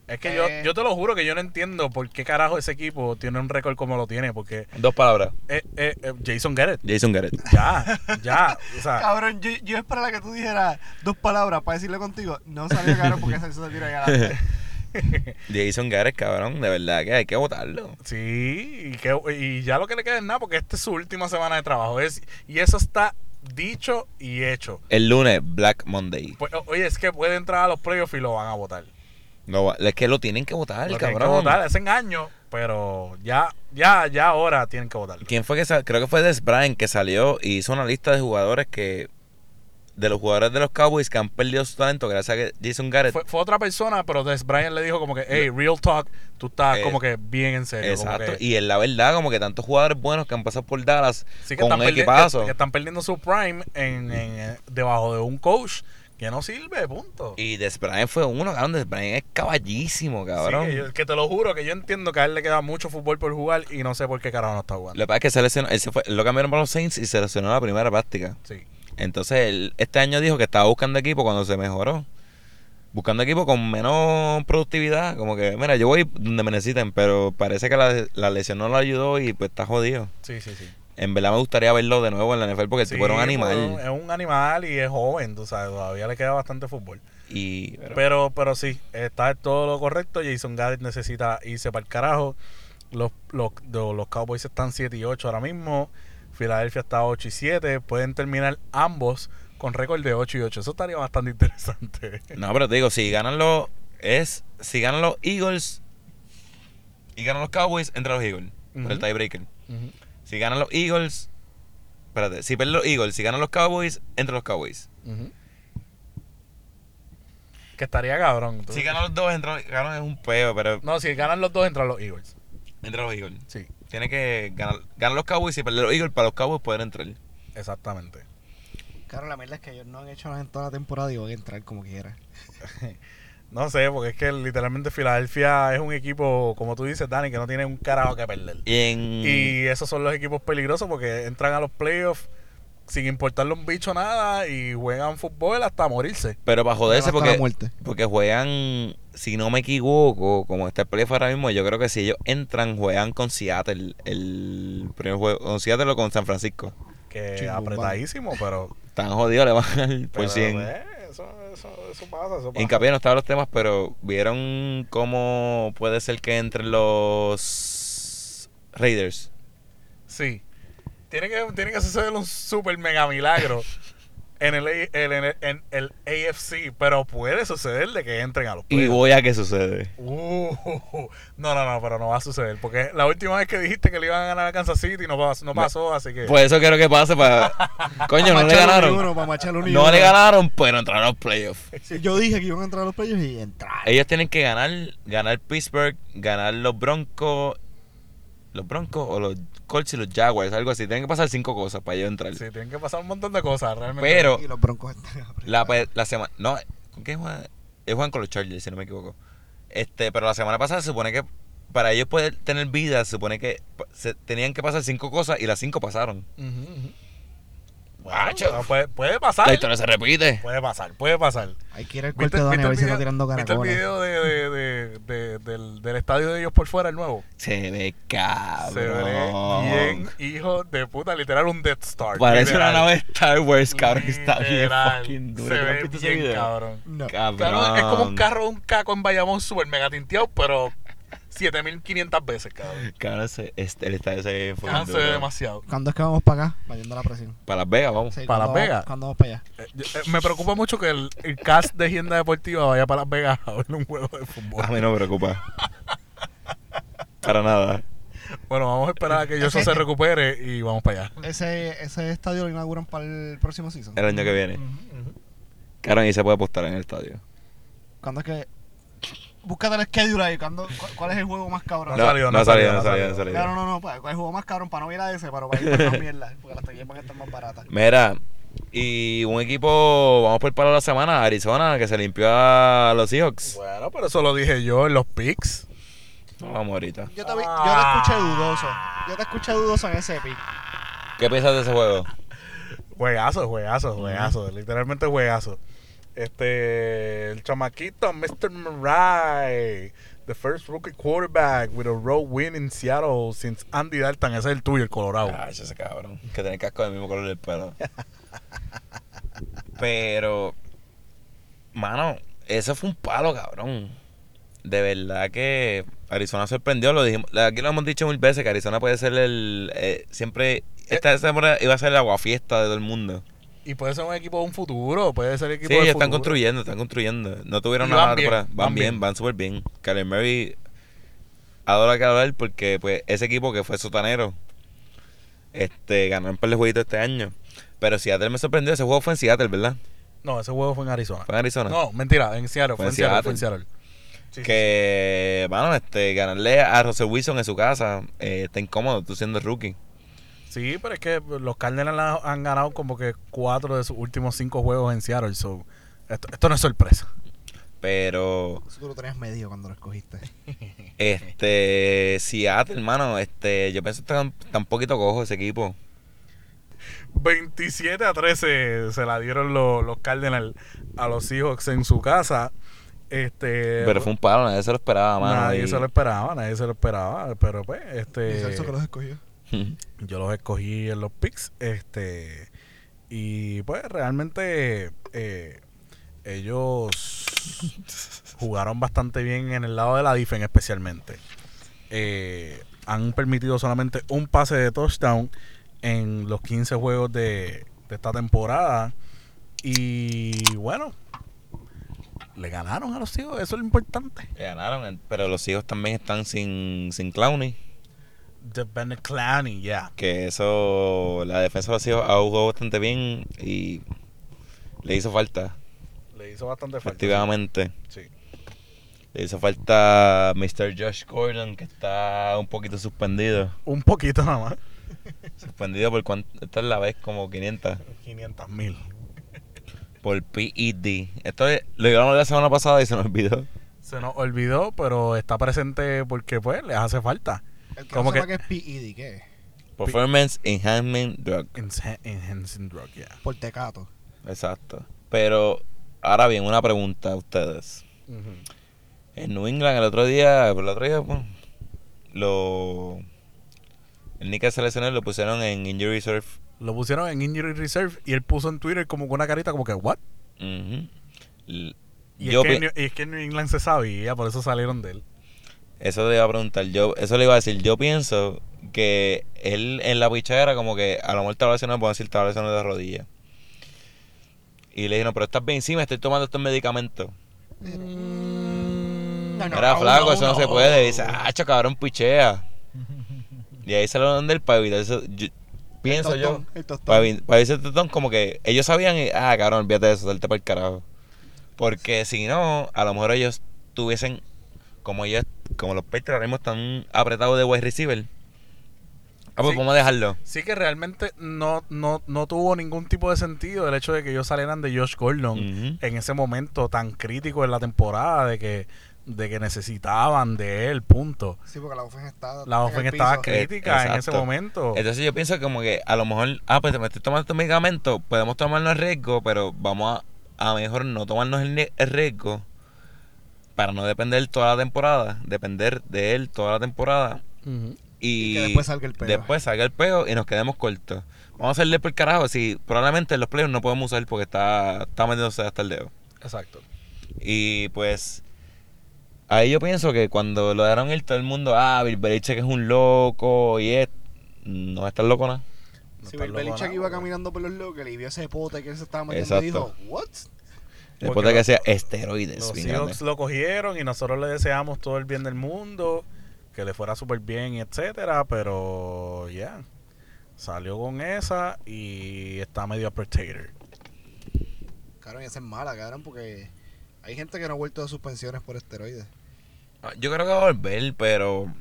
Es que yo,
Eh.
yo te lo juro que yo no entiendo por qué carajo ese equipo tiene un récord como lo tiene. Porque
Dos palabras.
eh, eh, eh, Jason Garrett.
Jason Garrett.
Ya, ya.
Ah.
O sea,
Cabrón, yo, yo esperaba que tú dijeras dos palabras para decirlo contigo. No salió cabrón porque se hizo tiro ahí adelante.
Jason Garrett, cabrón, de verdad que hay que votarlo.
sí. Y, que, y ya lo que le queda es nada porque esta es su última semana de trabajo. Es, y eso está dicho y hecho.
El lunes, Black Monday.
Pues, o- oye, es que puede entrar a los playoffs y lo van a votar.
No, va- es que lo tienen que votar,
Lo tienen que
cabrón.
votar, es engaño, pero ya, ya, ya ahora tienen que votar.
¿Quién fue que sa- Creo que fue Des Bryant que salió y hizo una lista de jugadores que. De los jugadores de los Cowboys que han perdido su talento gracias a que Jason Garrett.
Fue, fue otra persona, pero Des Bryant le dijo como que, hey, real talk, tú estás
Eh,
como que bien en serio. como
Exacto.
que-
Y es la verdad, como que tantos jugadores buenos que han pasado por Dallas
sí que
con
están,
un
perdi-
equipazo.
que- que están perdiendo su prime en, en- eh, debajo de un coach que no sirve, punto.
Y Des Bryant fue uno, cabrón. Des Bryant es caballísimo,
Sí,
cabrón.
que, yo- que te lo juro que yo entiendo que a él le queda mucho fútbol por jugar y no sé por qué carajo no está jugando.
Lo que pasa es que se lesionó, él se fue, lo cambiaron para los Saints y se lesionó en la primera práctica.
Sí.
Entonces, él este año dijo que estaba buscando equipo cuando se mejoró. Buscando equipo con menos productividad. Como que, mira, yo voy donde me necesiten, pero parece que la, la lesión no lo ayudó y pues está jodido.
Sí, sí, sí.
En verdad me gustaría verlo de nuevo en la NFL porque el
Sí,
tipo era un
bueno,
animal.
Es un animal y es joven, tú sabes, todavía le queda bastante fútbol.
Y, pero-
Pero, pero sí, está todo lo correcto. Jason Garrett necesita irse para el carajo. Los, los, lo- los Cowboys están 7 y 8 ahora mismo. Filadelfia está 8 y 7. Pueden terminar ambos con récord de 8 y 8. Eso estaría bastante interesante.
No, pero te digo, si ganan los. Es. Si ganan los Eagles. Y ganan los Cowboys, entra los Eagles. Por el
Ujú.
tiebreaker. Si ganan los Eagles. Espérate, si pierden los Eagles, si ganan los Cowboys, entra los Cowboys.
Que estaría cabrón. tú.
Si ganan los dos, entran los ganan es un peo, pero
No, si ganan los dos, entran los Eagles.
entra los Eagles.
Sí,
Tiene que ganar, ganan los Cowboys y perder los Eagles para los Cowboys poder entrar.
exactamente.
Cabrón, la mierda es que ellos no han hecho nada en toda
Toda la temporada y voy a entrar como quiera.
No sé, porque es que literalmente Filadelfia es un equipo, como tú dices, Dani, que no tiene un carajo que perder.
Y en.
Y esos son los equipos peligrosos porque entran a los playoffs sin importarle un bicho nada y juegan fútbol hasta morirse.
Pero para joderse,
Hasta la
porque.
muerte.
Porque juegan, si no me equivoco, como está el playoff ahora mismo, yo creo que si ellos entran, juegan con Seattle el primer juego, con Seattle o con San Francisco.
Que
Chimbumba.
apretadísimo, pero.
Están jodidos, le van a dar por
pero,
100.
eh, eso, eso, eso pasa, eso pasa.
Hincapié no estaban los temas, pero vieron cómo puede ser que entren los Raiders.
Sí. Tiene que, tiene que suceder un super mega milagro en el, A- el- en el- en el AFC, pero puede suceder de que entren a los
Y
playoffs.
voy a que sucede.
Uh, no, no, no, pero no va a suceder. Porque la última vez que dijiste que le iban a ganar a Kansas City no pasó, no pasó así que.
Por eso quiero que pase para... Coño, no le ganaron. No le ganaron, pero entraron a los playoffs.
Yo dije que iban a entrar a los playoffs y entrar.
Ellos tienen que ganar, ganar Pittsburgh, ganar los Broncos, los Broncos o los Colts y los Jaguars, algo así. Tienen que pasar cinco cosas para ellos entrar.
Sí, tienen que pasar un montón de cosas realmente.
Pero
Y los broncos entran.
la, pe- la semana, no, ¿con quién juegan? Ellos juegan con los Chargers, si no me equivoco. Este, pero la semana pasada se supone que para ellos poder tener vida, se supone que pa- se- tenían que pasar cinco cosas y las cinco pasaron.
Ujú, ujú.
Guacho.
Bueno, puede, puede pasar.
La historia se repite.
Puede pasar, puede pasar.
Hay que ir al
¿Viste,
corte de
viste el
Dani a ver si está
video-
tirando
¿Viste el
caracoles.
video de, de- de- de- del, del estadio de ellos por fuera, el nuevo?
Se ve Ah,
Se ve
cabrón.
bien, hijo de puta, literal, un Death Star.
Parece una
literal.
nave Star Wars, cabrón. que Está bien
Literal,
fucking duro. ¿Tú
Se
no has
ve
visto ese
bien,
video?
cabrón.
No.
Cabrón.
Cabrón, es como un carro, un caco en Bayamón super mega tinteado, pero 7500 veces, cabrón.
Cabrón, se- este, el estadio se ve fucking
Cabrón, Ah, se ve
duro.
demasiado.
¿Cuándo es que vamos para acá? Vayendo a la presión.
Para Las Vegas, vamos.
Sí,
¿Para
¿cuándo
Las
vamos-
Vegas?
¿Cuándo vamos para allá?
Eh, yo- eh, me preocupa mucho que el, el cast de Agenda Deportiva vaya para Las Vegas a ver un juego de fútbol.
A mí no me preocupa. Para nada.
Bueno, vamos a esperar a que Joshua se recupere y vamos para allá.
Ese, ese estadio lo inauguran para el próximo season.
El año que viene. Cabrón, y se puede apostar en el estadio.
¿Cuándo es que.?
búscate el schedule ahí. cuando- cu- ¿Cuál es el juego más cabrón?
No, no,
salió,
no ha salido, no ha salido, no ha
Claro,
salido.
no, no, para, ¿cuál es el juego más cabrón? Para no ir a ese, pero para ir por la mierda. Porque las taquillas van a estar más baratas.
Mira, y un equipo, vamos por para la semana, Arizona, que se limpió a los Seahawks.
Bueno, pero eso lo dije yo en los picks.
No, Vamos ahorita.
Yo te, vi- yo te escuché dudoso. Yo te escuché dudoso en ese pick.
¿Qué piensas de ese juego?
Juegazo, juegazo, juegazo. Literalmente juegazo. Este, el chamaquito, Mr. Murray. The first rookie quarterback with a road win in Seattle since Andy Dalton. Ese es el tuyo, el Colorado.
Ah, ese cabrón. Que tiene el casco del mismo color del pelo. Pero, mano, eso fue un palo, cabrón. De verdad que Arizona sorprendió. Lo dijimos, aquí lo hemos dicho mil veces que Arizona puede ser el. eh, siempre. Esta esta temporada iba a ser la guafiesta de todo el mundo.
Y puede ser un equipo de un futuro. Puede ser equipo
Sí,
de
ellos están
futuro.
construyendo, están construyendo. No tuvieron
Y
nada
van bien,
para. Van,
van
bien,
bien.
van súper bien. Kyler Murray adora que hablar porque pues ese equipo que fue sotanero este ganó en par de jueguitos este año. Pero Seattle me sorprendió, ese juego fue en Seattle, ¿verdad?
No, ese juego fue en Arizona.
Fue en Arizona.
No, mentira, en Seattle. Fue, en Seattle. Fue en Seattle. Sí,
que, mano, este, ganarle a Russell Wilson en su casa eh, está incómodo, tú siendo rookie.
Sí, pero es que los Cardinals la- han ganado como que cuatro de sus últimos cinco juegos en Seattle. so, esto, esto no es sorpresa.
Pero
Eso tú lo tenías medio cuando lo escogiste.
este Seattle, hermano, este, yo pienso que tan, tan poquito cojo ese equipo.
27 a 13 se la dieron los, los Cardinals a los Seahawks en su casa. Este,
Pero fue un palo, nadie se lo esperaba, mano.
nadie
y-
se lo esperaba, nadie se lo esperaba. Pero pues,
Eh,
este.
Celso que los escogió.
yo los escogí en los picks este y pues realmente eh, ellos jugaron bastante bien en el lado de la difen especialmente Eh, han permitido solamente un pase de touchdown en los 15 juegos de, de esta temporada y bueno le ganaron a los tíos eso es lo importante
Le Ganaron, en- pero los hijos también están sin, sin Clowney.
The Ben Clowney, yeah
Que eso, la defensa de los hijos ha jugado bastante bien y le hizo falta,
le hizo bastante falta
efectivamente.
sí.
Le hizo falta Mr. Josh Gordon, que está un poquito suspendido.
un poquito nada más
Suspendido por cuánto, esta es la vez como 500,
500 mil
por PED. Esto es- lo llevamos la semana pasada y se nos olvidó.
Se nos olvidó, pero está presente porque pues les hace falta.
El que
¿Cómo
no sepa
que?
que es PED, ¿qué? es?
Performance Enhancement Drug.
Enhan- Enhancing drug, yeah.
Por tecato.
Exacto. Pero, ahora bien, una pregunta a ustedes. En New England el otro día, el otro día, pues, lo... El Nick se lesionó y lo pusieron en Injury Reserve.
Lo pusieron en injury reserve y él puso en Twitter como con una carita como que what?
Ujú. L-
Y,
Yo
es que,
pi-
en New- y es que en New England se sabía, por eso salieron de él.
Eso le iba a preguntar, yo, eso le iba a decir, yo pienso que él en la pichadera como que a lo mejor estaba lesionado, podemos decir estaba lesionado de la rodilla. Y le dijeron, pero estás bien, sí, me estoy tomando estos medicamentos.
Mm.
Era flaco, eso no, se puede. Y dice, ah, cho, cabrón, pichea. y ahí se lo dan del para evitar eso. Yo- pienso yo.
Tostón, El tostón.
Para mí, para mí ese tetón como que ellos sabían, y, ah, cabrón, olvídate de eso, salte para el carajo. Porque si no, a lo mejor ellos tuviesen, como ellos, como los Patriots ahora mismo están apretados de wide receiver. Ah, pues
Sí.
vamos a dejarlo.
Sí que realmente no, no, no tuvo ningún tipo de sentido el hecho de que ellos salieran de Josh Gordon
Ujú.
en ese momento tan crítico en la temporada de que, de que necesitaban de él, punto.
Sí, porque la ofensa estaba.
La E
en el
ofensa estaba
piso.
que-
crítica en ese
Exacto.
momento.
Entonces yo pienso como que a lo mejor, ah, pues me estoy tomando estos medicamentos, podemos tomarnos el riesgo, pero vamos a, a mejor no tomarnos el, ne- el riesgo para no depender toda la temporada, depender de él toda la temporada.
Ujú.
Y,
Y que después salga el peo.
Después salga el peo y nos quedemos cortos. Vamos a hacerle por carajo. Si probablemente en los playoffs no podemos usar porque está, está metiéndose hasta el dedo.
Exacto.
Y pues. Ahí yo pienso que cuando lo dejaron ir todo el mundo, ah, Bill Belichick es un loco y es. No está loco nada.
No
Si
está
Bill
loco
Belichick
nada,
iba
porque-
caminando por los locos y vio ese pote que él se estaba metiendo y
Exacto.
dijo, ¿what?
Después
Porque
de que
los-
sea esteroides.
Los
bien grande.
Seahawks lo cogieron y nosotros le deseamos todo el bien del mundo, que le fuera súper bien, y etcétera, pero ya. Salió con esa y está medio appreciated.
Cabrón, y esa es mala, cabrón, porque hay gente que no ha vuelto de suspensiones por esteroides.
Ah, Yo creo que va a volver, pero.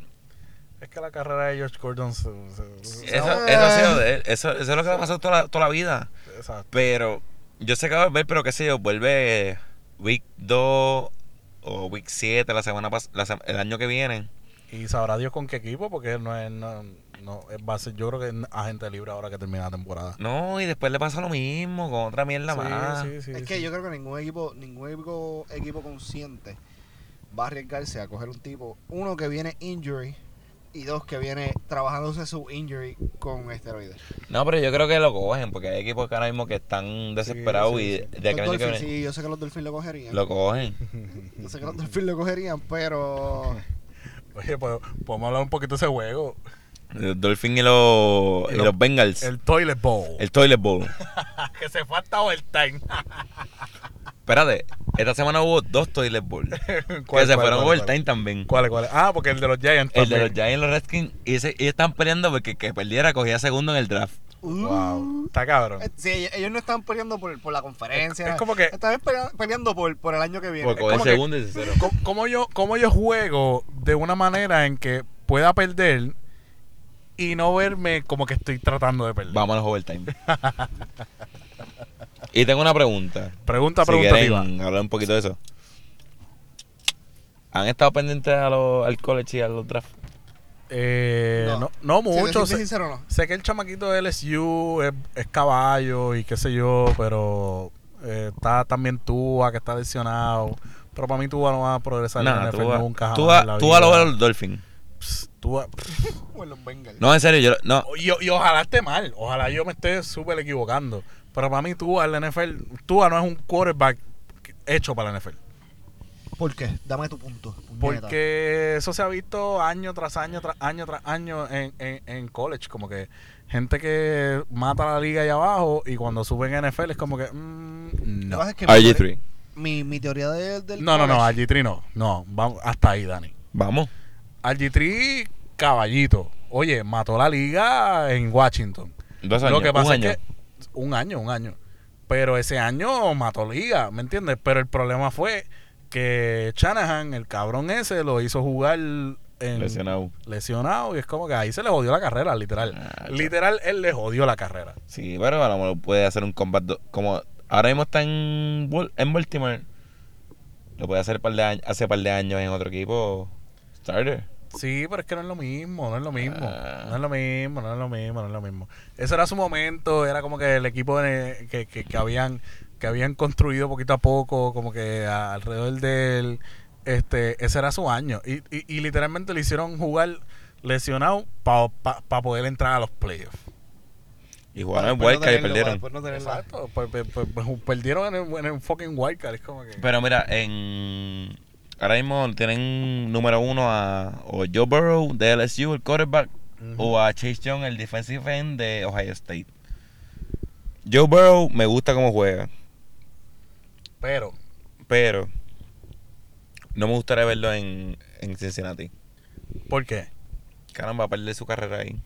Es que la carrera de George Gordon. se- se- se-
Eso, eso ha
eh.
sido de él. Eso, eso es lo que le ha pasado toda la, toda la vida.
exacto.
Pero. Yo sé que va a volver, pero qué sé yo, vuelve Week 2 o Week 7 la semana pas- la sem- el año que viene.
Y sabrá Dios con qué equipo, porque él no es. No, no- él va a ser, yo creo que es agente libre ahora que termina la temporada.
No, y después le pasa lo mismo con otra mierda
Sí,
Mm, más.
sí, sí,
es
sí.
que yo creo que ningún equipo, ningún equipo, equipo consciente va a arriesgarse a coger un tipo, uno que viene injury y dos que viene trabajándose su injury con esteroides.
No, pero yo creo que lo cogen, porque hay equipos que ahora mismo que están desesperados
sí,
y
sí.
de aquel
Los
año que
Dolphins,
viene
sí, yo sé que los Dolphins lo cogerían.
lo cogen.
Yo sé que los Dolphins lo cogerían, pero
Oye, pues, podemos hablar un poquito de ese juego.
Los Dolphins y los,
Y
y
los-
los Bengals. El,
El Toilet Bowl.
Toilet Bowl.
que se fue hasta overtime.
Espérate, esta semana hubo dos Toilet Bowl. que
¿Cuál,
se
cuál,
fueron
cuál,
overtime también.
¿Cuál, cuál? Ah, porque el de los Giants.
El de los
también.
Giants y los Redskins. Y, ese- y están peleando porque el que perdiera cogía segundo en el draft.
Uh,
Wow. Está cabrón.
eh, sí, ellos- ellos no están peleando por, por la conferencia.
Es- es como que-
están pele- peleando por, por el año que viene.
Por coger
como que-
segundo y tercero.
¿Cómo, cómo yo, cómo yo juego de una manera en que pueda perder y no verme como que estoy tratando de perder?
Vámonos overtime. y tengo una pregunta.
Pregunta
si
preguntativa.
quieren hablar un poquito de eso. ¿Han estado pendientes a los, al college y a los drafts?
Eh, no.
No.
No,
Si te
mucho.
soy
sé,
sincero, no.
sé que el chamaquito de LSU es, es caballo y qué sé yo, pero eh, está también Tua que está lesionado. Pero para mí Tua no va a progresar en
Nada,
el
tú,
NFL
vas-
nunca jamás
tú,
en la
vas- tú vas a
vida.
lograr los Dolphins.
Pss, Tua-
O en los Bengals.
No, en serio, yo no.
Y, y ojalá esté mal, ojalá yo me esté súper equivocando. Pero para mí, Tua, el NFL, Tua no es un quarterback hecho para la NFL.
¿Por qué? Dame tu punto. puñeta.
Porque eso se ha visto año tras año, tras año, tras año en, en, en college. Como que gente que mata la liga ahí abajo y cuando suben en NFL es como que. mm,
Lo
no.
que pasa es que mi teoría-
RG3.
Mi, mi teoría de- del.
No, no, no,
college-
RG3 no. No, vamos, hasta ahí, Dani.
Vamos.
RG3, caballito. Oye, mató la liga en Washington.
Dos años.
Lo que pasa
un año.
es que un año, un año. Pero ese año mató liga, ¿me entiendes? Pero el problema fue que Shanahan, el cabrón ese, lo hizo jugar en-
Lesionado.
lesionado y es como que ahí se le jodió la carrera, literal.
Ah,
literal, él le jodió la carrera.
Sí, pero a lo mejor puede hacer un combat. do- Como ahora mismo está en, Bol- en Baltimore. Lo puede hacer par de años, hace par de años en otro equipo. Starter.
Sí, pero es que no es lo mismo, no es lo mismo,
Ah.
no es lo mismo, no es lo mismo, no es lo mismo. Ese era su momento, era como que el equipo de- que, que, que habían que habían construido poquito a poco, como que a- alrededor de él, este, ese era su año. Y, y, y literalmente le hicieron jugar lesionado para poder entrar a los playoffs.
Y jugaron en
Para después no
Wildcard y
tenerlo, para
perdieron.
después no tenerla.
Exacto, pues, pues, pues, pues, perdieron en el, en el fucking wildcard, es como que...
Pero mira, en. Ahora mismo tienen número uno a o Joe Burrow de LSU, el quarterback, o a Chase Young, el defensive end de Ohio State. Joe Burrow me gusta cómo juega,
pero
pero no me gustaría verlo en, en Cincinnati.
¿por qué?
Caramba, perder su carrera ahí.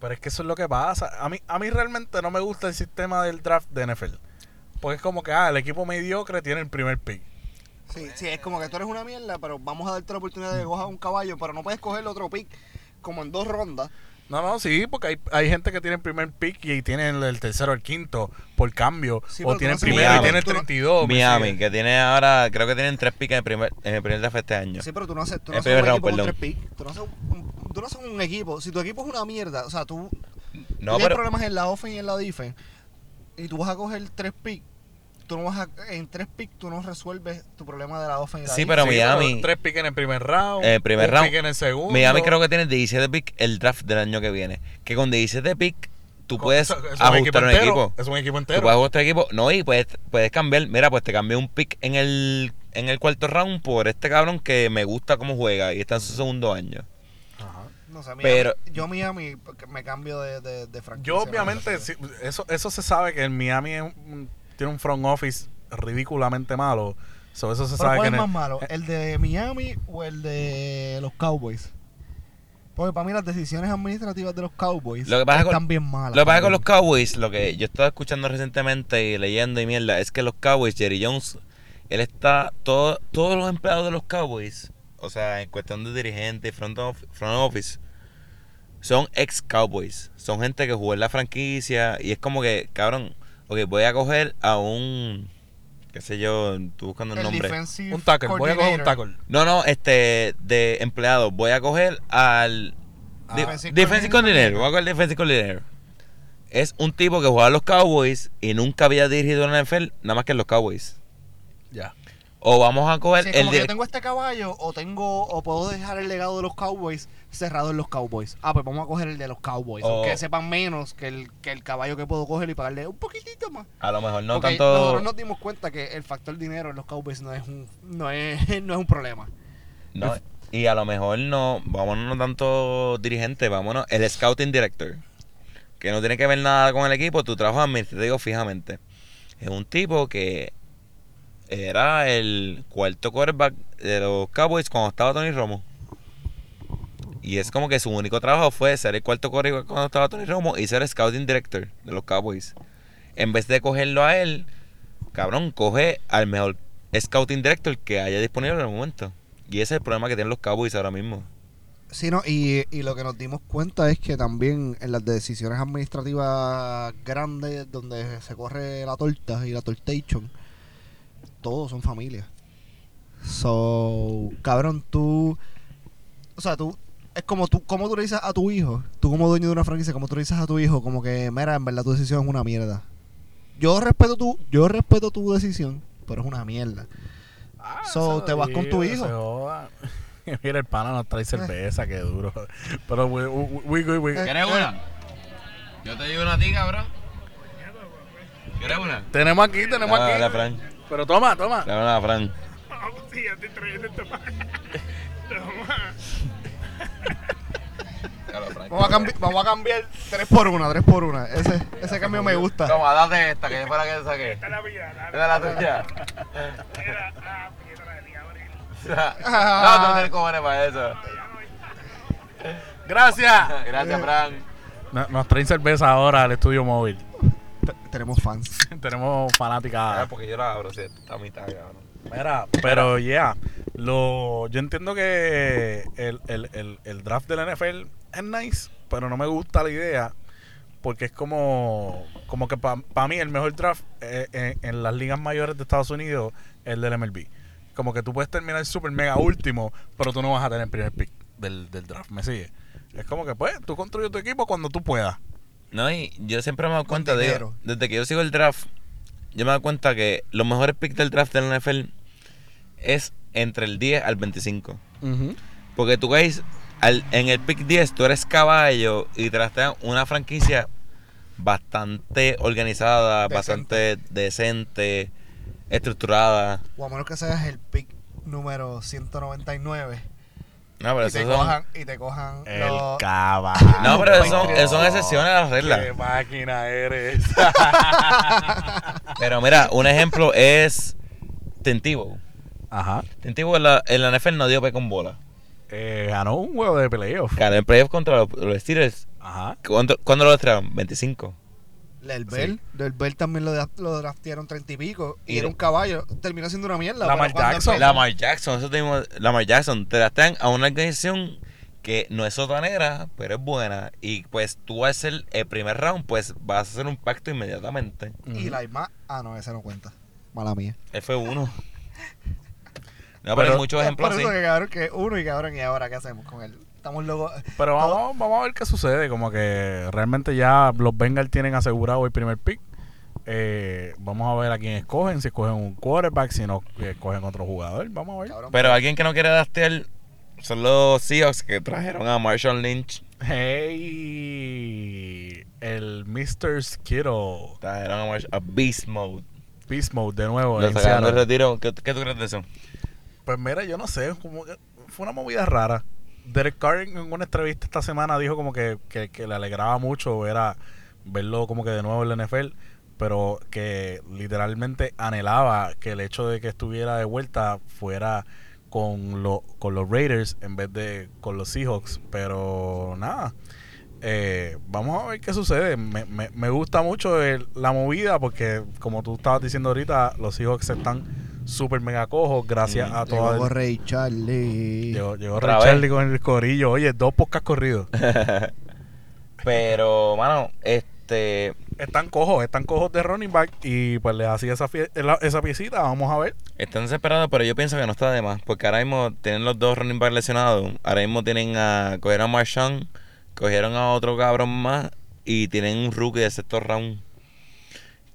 Pero es que eso es lo que pasa. A mí, a mí realmente no me gusta el sistema del draft de NFL. Porque es como que, ah, el equipo mediocre tiene el primer pick.
Sí, sí, es como que tú eres una mierda, pero vamos a darte la oportunidad de coger un caballo, pero no puedes coger otro pick como en dos rondas.
No, no, sí, porque hay, hay gente que tiene el primer pick y tienen el, el tercero, el quinto, por cambio.
Sí, pero
o
tú
tiene el
no sabes-
primero y
Miami.
tiene el
Tú no-
32. ¿me
Miami,
sigues?
que tiene ahora, creo que tienen tres picas en el primer, en el primer draft este año.
Sí, pero tú no haces, tú no
El
haces un
primer round,
equipo con
perdón.
tres picks. Tú no, haces un, tú no haces un equipo. Si tu equipo es una mierda, o sea, tú, tú
no,
tienes
pero,
problemas en la offense y en la defense, y tú vas a coger tres picks, tú no vas a, en tres picks tú no resuelves tu problema de la offense y la
Sí,
defense.
pero Miami-
tres picks en el primer round.
En el primer
un
round.
pick en el segundo.
Miami creo que tiene 17 pick el draft del año que viene. Que con 17 pick tú
Con-
puedes
eso- eso es
ajustar un
entero,
equipo.
Es un equipo
Tú
entero.
puedes ajustar equipo. No, y puedes, puedes cambiar. Mira, pues te cambié un pick en el, en el cuarto round por este cabrón que me gusta cómo juega y está en su segundo año.
Ajá.
No sé, Miami-
pero-
yo Miami porque me cambio de, de, de franquicia.
Yo obviamente, sí, eso, eso se sabe que en Miami es un- tiene un front office ridículamente malo. So, eso se
Pero
sabe que
¿cuál
en
es
el-
más malo?
Eh.
¿El de Miami o el de los Cowboys? Porque para mí las decisiones administrativas de los Cowboys
Lo que pasa
están
con-
bien malas.
Lo que pasa con los
también.
Cowboys, lo que yo estaba escuchando recientemente y leyendo y mierda, es que los Cowboys, Jerry Jones, él está, todo, todos los empleados de los Cowboys, o sea, en cuestión de dirigentes, front, of- front office, son ex Cowboys. Son gente que jugó en la franquicia y es como que, cabrón, ok, voy a coger a un, qué sé yo, estoy buscando el
el
nombre.
defensive
Un tackle, voy a coger un
coordinator.
tackle.
No, no, este, de empleado, voy a coger al
Ah,
de-
Defensive
defensive coordinator,
coordinator.
voy a coger defensive coordinator. Es un tipo que jugaba en los Cowboys y nunca había dirigido en la NFL, nada más que en los Cowboys.
Ya.
O vamos a coger
Sí, es
el
como que
dir-
yo tengo este caballo o tengo o puedo dejar el legado de los Cowboys cerrado en los Cowboys. Ah, pues vamos a coger el de los Cowboys,
O-
aunque sepan menos que el, que el caballo que puedo coger y pagarle un poquitito más.
A lo mejor no
Porque
tanto.
Nosotros nos dimos cuenta que el factor dinero en los Cowboys no es un no es, no es un problema.
no, y a lo mejor no. Vámonos no tanto dirigente, vámonos. El scouting director. Que no tiene que ver nada con el equipo. Tu trabajo administrativo fijamente. Es un tipo que era el cuarto quarterback de los Cowboys cuando estaba Tony Romo. Y es como que su único trabajo fue ser el cuarto quarterback cuando estaba Tony Romo y ser scouting director de los Cowboys. En vez de cogerlo a él, cabrón, coge al mejor scouting director que haya disponible en el momento. Y ese es el problema que tienen los Cowboys ahora mismo.
Sí, no, y, y lo que nos dimos cuenta es que también en las decisiones administrativas grandes donde se corre la torta y la tortation, todos son familia. So, cabrón, tú. O sea, tú. Es como tú, como tú le dices a tu hijo, tú como dueño de una franquicia, como tú le dices a tu hijo, como que, mira, en verdad tu decisión es una mierda. Yo respeto tu, yo respeto tu decisión, pero es una mierda.
Ah,
So, te vas con tu hijo.
Se joda. Mira, el pana nos trae cerveza, qué duro. Pero, we, we, we, we-
Eh.
¿Quieres una? Yo te digo una a ti, cabrón. ¿Quieres una?
Tenemos aquí, tenemos
Dame una,
aquí.
Ah, Fran.
Pero toma, toma.
Dame una, Fran.
Sí, ya te trayendo esto para.
Vamos a, cambi- vamos a cambiar 3 por 1, 3 por 1. Ese, ese cambio me gusta.
Toma, date esta, que fue la que saqué.
Está la vida, la
Era la tuya.
Era la piedra de Gabriel.
no, no tienes cojones para eso.
Gracias.
Gracias, Fran.
No- Nos traen cerveza ahora al estudio móvil.
T- Tenemos fans.
Tenemos fanáticas.
Ah, porque yo la abro, si está a mitad, cabrón.
Mira, pero ya, lo, yo entiendo que el, el, el, el draft de la NFL es nice, pero no me gusta la idea porque es como, como que para mí el mejor draft eh, en, en las ligas mayores de Estados Unidos es el del MLB. Como que tú puedes terminar super mega último, pero tú no vas a tener el primer pick del, del draft, ¿me sigue? Es como que pues tú construyes tu equipo cuando tú puedas.
No, y yo siempre me doy cuenta,
dinero.
digo, desde que yo sigo el draft, yo me doy cuenta que los mejores picks del draft de la NFL es entre el 10 al 25. Porque tú caes al- en el pick 10, tú eres caballo y trastean una franquicia bastante organizada,
Decente.
bastante decente, estructurada.
O a menos que seas el pick número 199.
No, pero
y, te
eso son,
cojan, y te cojan
El
los-
caballo.
no, pero eso son, eso son excepciones a las reglas.
Ah, Qué máquina eres.
Pero mira, un ejemplo es Tentivo.
Ajá.
Tentivo en la, en la NFL no dio pe con bola.
Eh, ganó un juego de playoff.
Ganó en playoff contra los, los Steelers.
Ajá.
¿Cuándo, cuándo lo trajeron? 25.
El Bell, el Bell también lo, dra- lo draftearon treinta y pico. Y
Y
era
lo-
un caballo. Terminó siendo una mierda.
Lamar
pero cuando
Jackson.
empezó-
Lamar Jackson, eso te digo, Lamar Jackson, te trastean a una organización que no es sotanera, pero es buena. Y pues tú vas a ser el primer round, pues vas a hacer un pacto inmediatamente.
Y la Ima. Ah, no, esa no cuenta. Mala mía.
F1. No, pero,
Pero-
hay muchos ejemplos
Por
así.
eso que cabrón que uno y cabrón y ahora qué hacemos con él. Estamos locos.
Pero vamos, vamos a ver qué sucede. Como que realmente ya los Bengals tienen asegurado el primer pick. Eh, vamos a ver a quién escogen. Si escogen un quarterback, si no escogen otro jugador. Vamos a ver.
Cabrón,
Pero alguien que no quiere trastear son los Seahawks que trajeron a Marshall Lynch.
Hey, el Mr. Skittle.
Trajeron a, Marsh- a Beast Mode.
Beast Mode de nuevo.
Lo
en
sacaron del
Seattle.
retiro. ¿Qué, qué tú crees de eso?
Pues mira, yo no sé, como que fue una movida rara. Derek Carr en en una entrevista esta semana dijo como que, que- que le alegraba mucho ver a- verlo como que de nuevo en la NFL, pero que literalmente anhelaba que el hecho de que estuviera de vuelta fuera con, lo- con los Raiders en vez de con los Seahawks, pero nada. Eh, vamos a ver qué sucede. Me, me- me gusta mucho el- la movida porque, como tú estabas diciendo ahorita, los Seahawks se están super mega cojo gracias
Mm.
a toda
Llegó Rey Charlie.
Llegó, llegó
Otra
Ray
vez.
Charlie con el corillo. Oye, dos podcasts corridos.
Pero, mano, este.
Están cojos, están cojos de running back. Y pues les hacía esa, fie- la- esa piecita. Vamos a ver.
Están desesperados, pero yo pienso que no está de más. Porque ahora mismo tienen los dos running back lesionados. Ahora mismo tienen a. Cogieron a Marshawn, cogieron a otro cabrón más. Y tienen un rookie de sexto round.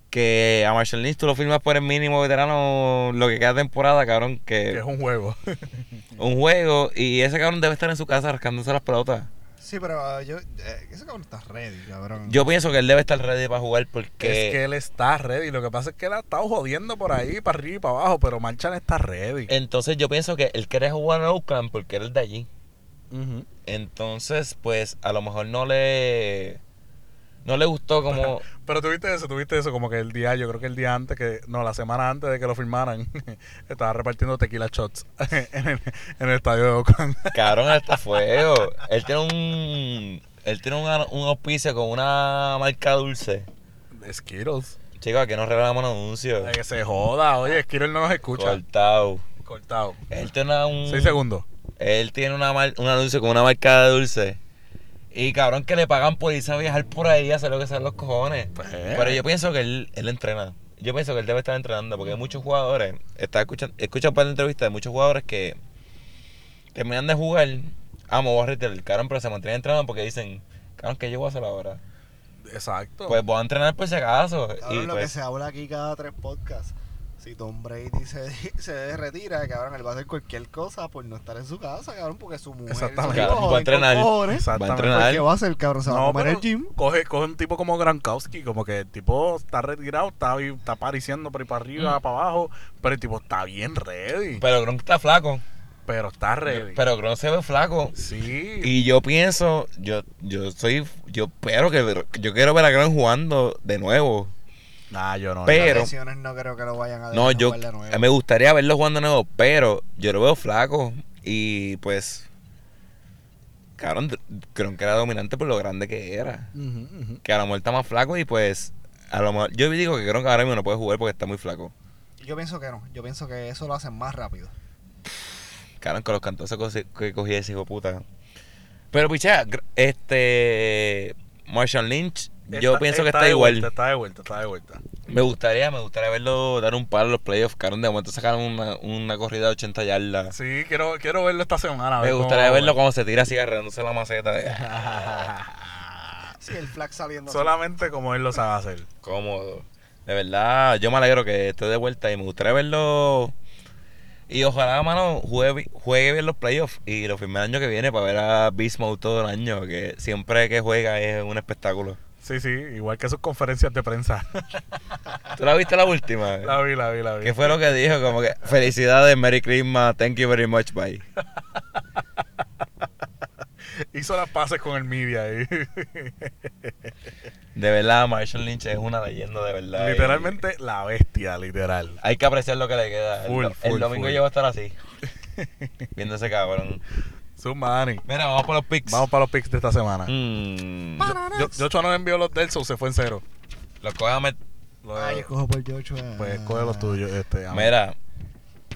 Que a Marshawn Lynch tú lo firmas por el mínimo veterano lo que queda de temporada, cabrón.
Que
Que
es un juego.
un juego. Y ese cabrón debe estar en su casa rascándose las pelotas.
Sí,
ah,
pero yo. eh, ese cabrón está ready, cabrón.
Yo pienso que él debe estar ready para jugar porque
Es que él está ready. Lo que pasa es que él ha estado jodiendo por ahí, para arriba y para abajo. Pero Marchan está ready.
entonces yo pienso que él quiere jugar en Oakland porque él es de allí.
Ujú.
Entonces, pues a lo mejor no le no le gustó como
Pero tuviste eso, tuviste eso. Como que el día, yo creo que el día antes, que no, la semana antes de que lo firmaran, estaba repartiendo tequila shots en, el, en el estadio de Oakland.
cabrón hasta fuego. Él tiene un él tiene un, un auspicio con una marca dulce.
Skittles.
Chicos, aquí nos regalamos anuncios.
Ay, Que se joda. Oye, Skittles no nos escucha.
Cortado.
Cortado.
Él tiene una- un
Seis segundos.
Él tiene una mar- un anuncio con una marca de dulce. Y cabrón que le pagan por irse a viajar por ahí a hacer lo que sean los cojones.
Pues.
Pero yo pienso que él, él entrena. Yo pienso que él debe estar entrenando porque hay muchos jugadores. Está escuchando, escuchado un par de entrevistas de muchos jugadores que terminan de jugar. Ah, me voy a retirar, cabrón, pero se mantienen entrenando porque dicen, cabrón, ¿qué yo voy a hacer ahora?
Exacto.
Pues voy a entrenar por si acaso.
Cabrón,
Y
lo que
pues,
se habla aquí cada tres podcasts. Si Tom Brady se, se retira, cabrón, él va a hacer cualquier cosa por no estar en su casa, cabrón, porque su mujer.
Exactamente.
su hijo,
Cabrón, va a
joven con
entrenar.
cojones,
va a
Exactamente.
Pues
entrenar.
¿Qué va a hacer, cabrón? Se va a
No,
comer
pero
el gym.
Coge, coge un tipo como Gronkowski, como que el tipo está retirado, está, vi- está apareciendo por ahí para arriba, para abajo, pero el tipo está bien ready. Pero,
Mm. Pero Gronk está flaco.
está ready.
Pero Gronk se ve flaco.
sí.
Y yo pienso, yo, yo soy, yo espero que, yo quiero ver a Gran jugando de nuevo.
nah, yo no.
Pero-
Las lesiones no creo que lo vayan a dejar
No, yo,
jugar de nuevo.
a mí me gustaría verlo jugando de nuevo, pero yo lo veo flaco y pues, cabrón, Gronk era dominante por lo grande que era.
Ujú, ujú.
Que a lo mejor está más flaco y pues, a lo mejor, yo digo que Gronk ahora mismo no puede jugar porque está muy flaco.
Yo pienso que no. Yo pienso que eso lo hacen más rápido.
Cabrón, con los cantosos cosi- que cogía ese hijo de puta. Pero pichea, gr- este, Marshall Lynch, yo
Está-
pienso que está
de
igual.
vuelta, está de vuelta, está de vuelta.
Me gustaría, me gustaría verlo dar un palo a los playoffs, cabrón. De momento sacaron una, una corrida de 80 yardas.
Sí, quiero, quiero verlo esta semana. a
me
ver cómo
gustaría
va,
verlo
güey.
cuando se tira así agarrándose la maceta.
Sí, el flag saliendo. así.
Solamente como él lo sabe hacer.
Cómodo. De verdad, yo me alegro que esté de vuelta y me gustaría verlo. Y ojalá, mano, juegue, bi- juegue bien los playoffs y lo firme el año que viene para ver a Beast Mode todo el año, que siempre que juega es un espectáculo.
Sí, sí, igual que sus conferencias de prensa.
¿Tú la viste la última?
la vi, la vi, la vi.
¿Qué fue lo que dijo? Como que, felicidades, Merry Christmas, thank you very much, bye.
Hizo las pases con el media ahí.
De verdad, Marshall Lynch es una leyenda, de verdad.
Literalmente la bestia, literal.
Hay que apreciar lo que le queda. El-
Full,
el,
full,
domingo
full.
yo voy a estar así. Viendo ese cabrón.
Su money.
Mira, vamos por los pics.
Vamos para los picks de esta semana.
Mm,
Yo, Yocho no envió los del, so se fue en cero.
los coge a met-
Lo-
Ay, yo cojo por Joshua.
pues coge los tuyos. Este, amo.
Mira,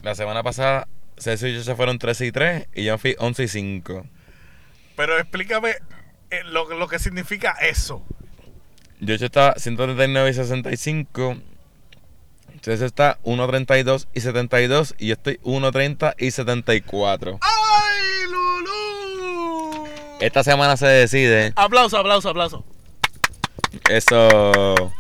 la semana pasada Celso y yo se fueron 13 y 3 y yo fui 11 y 5.
Pero explícame eh, lo, lo que significa eso.
Yo estaba 139 y 65. Celso está 1.32 y 72 y yo estoy 1.30 y 74.
¡Ay, Lulú!
Esta semana se decide.
Aplauso, aplauso, aplauso.
Eso.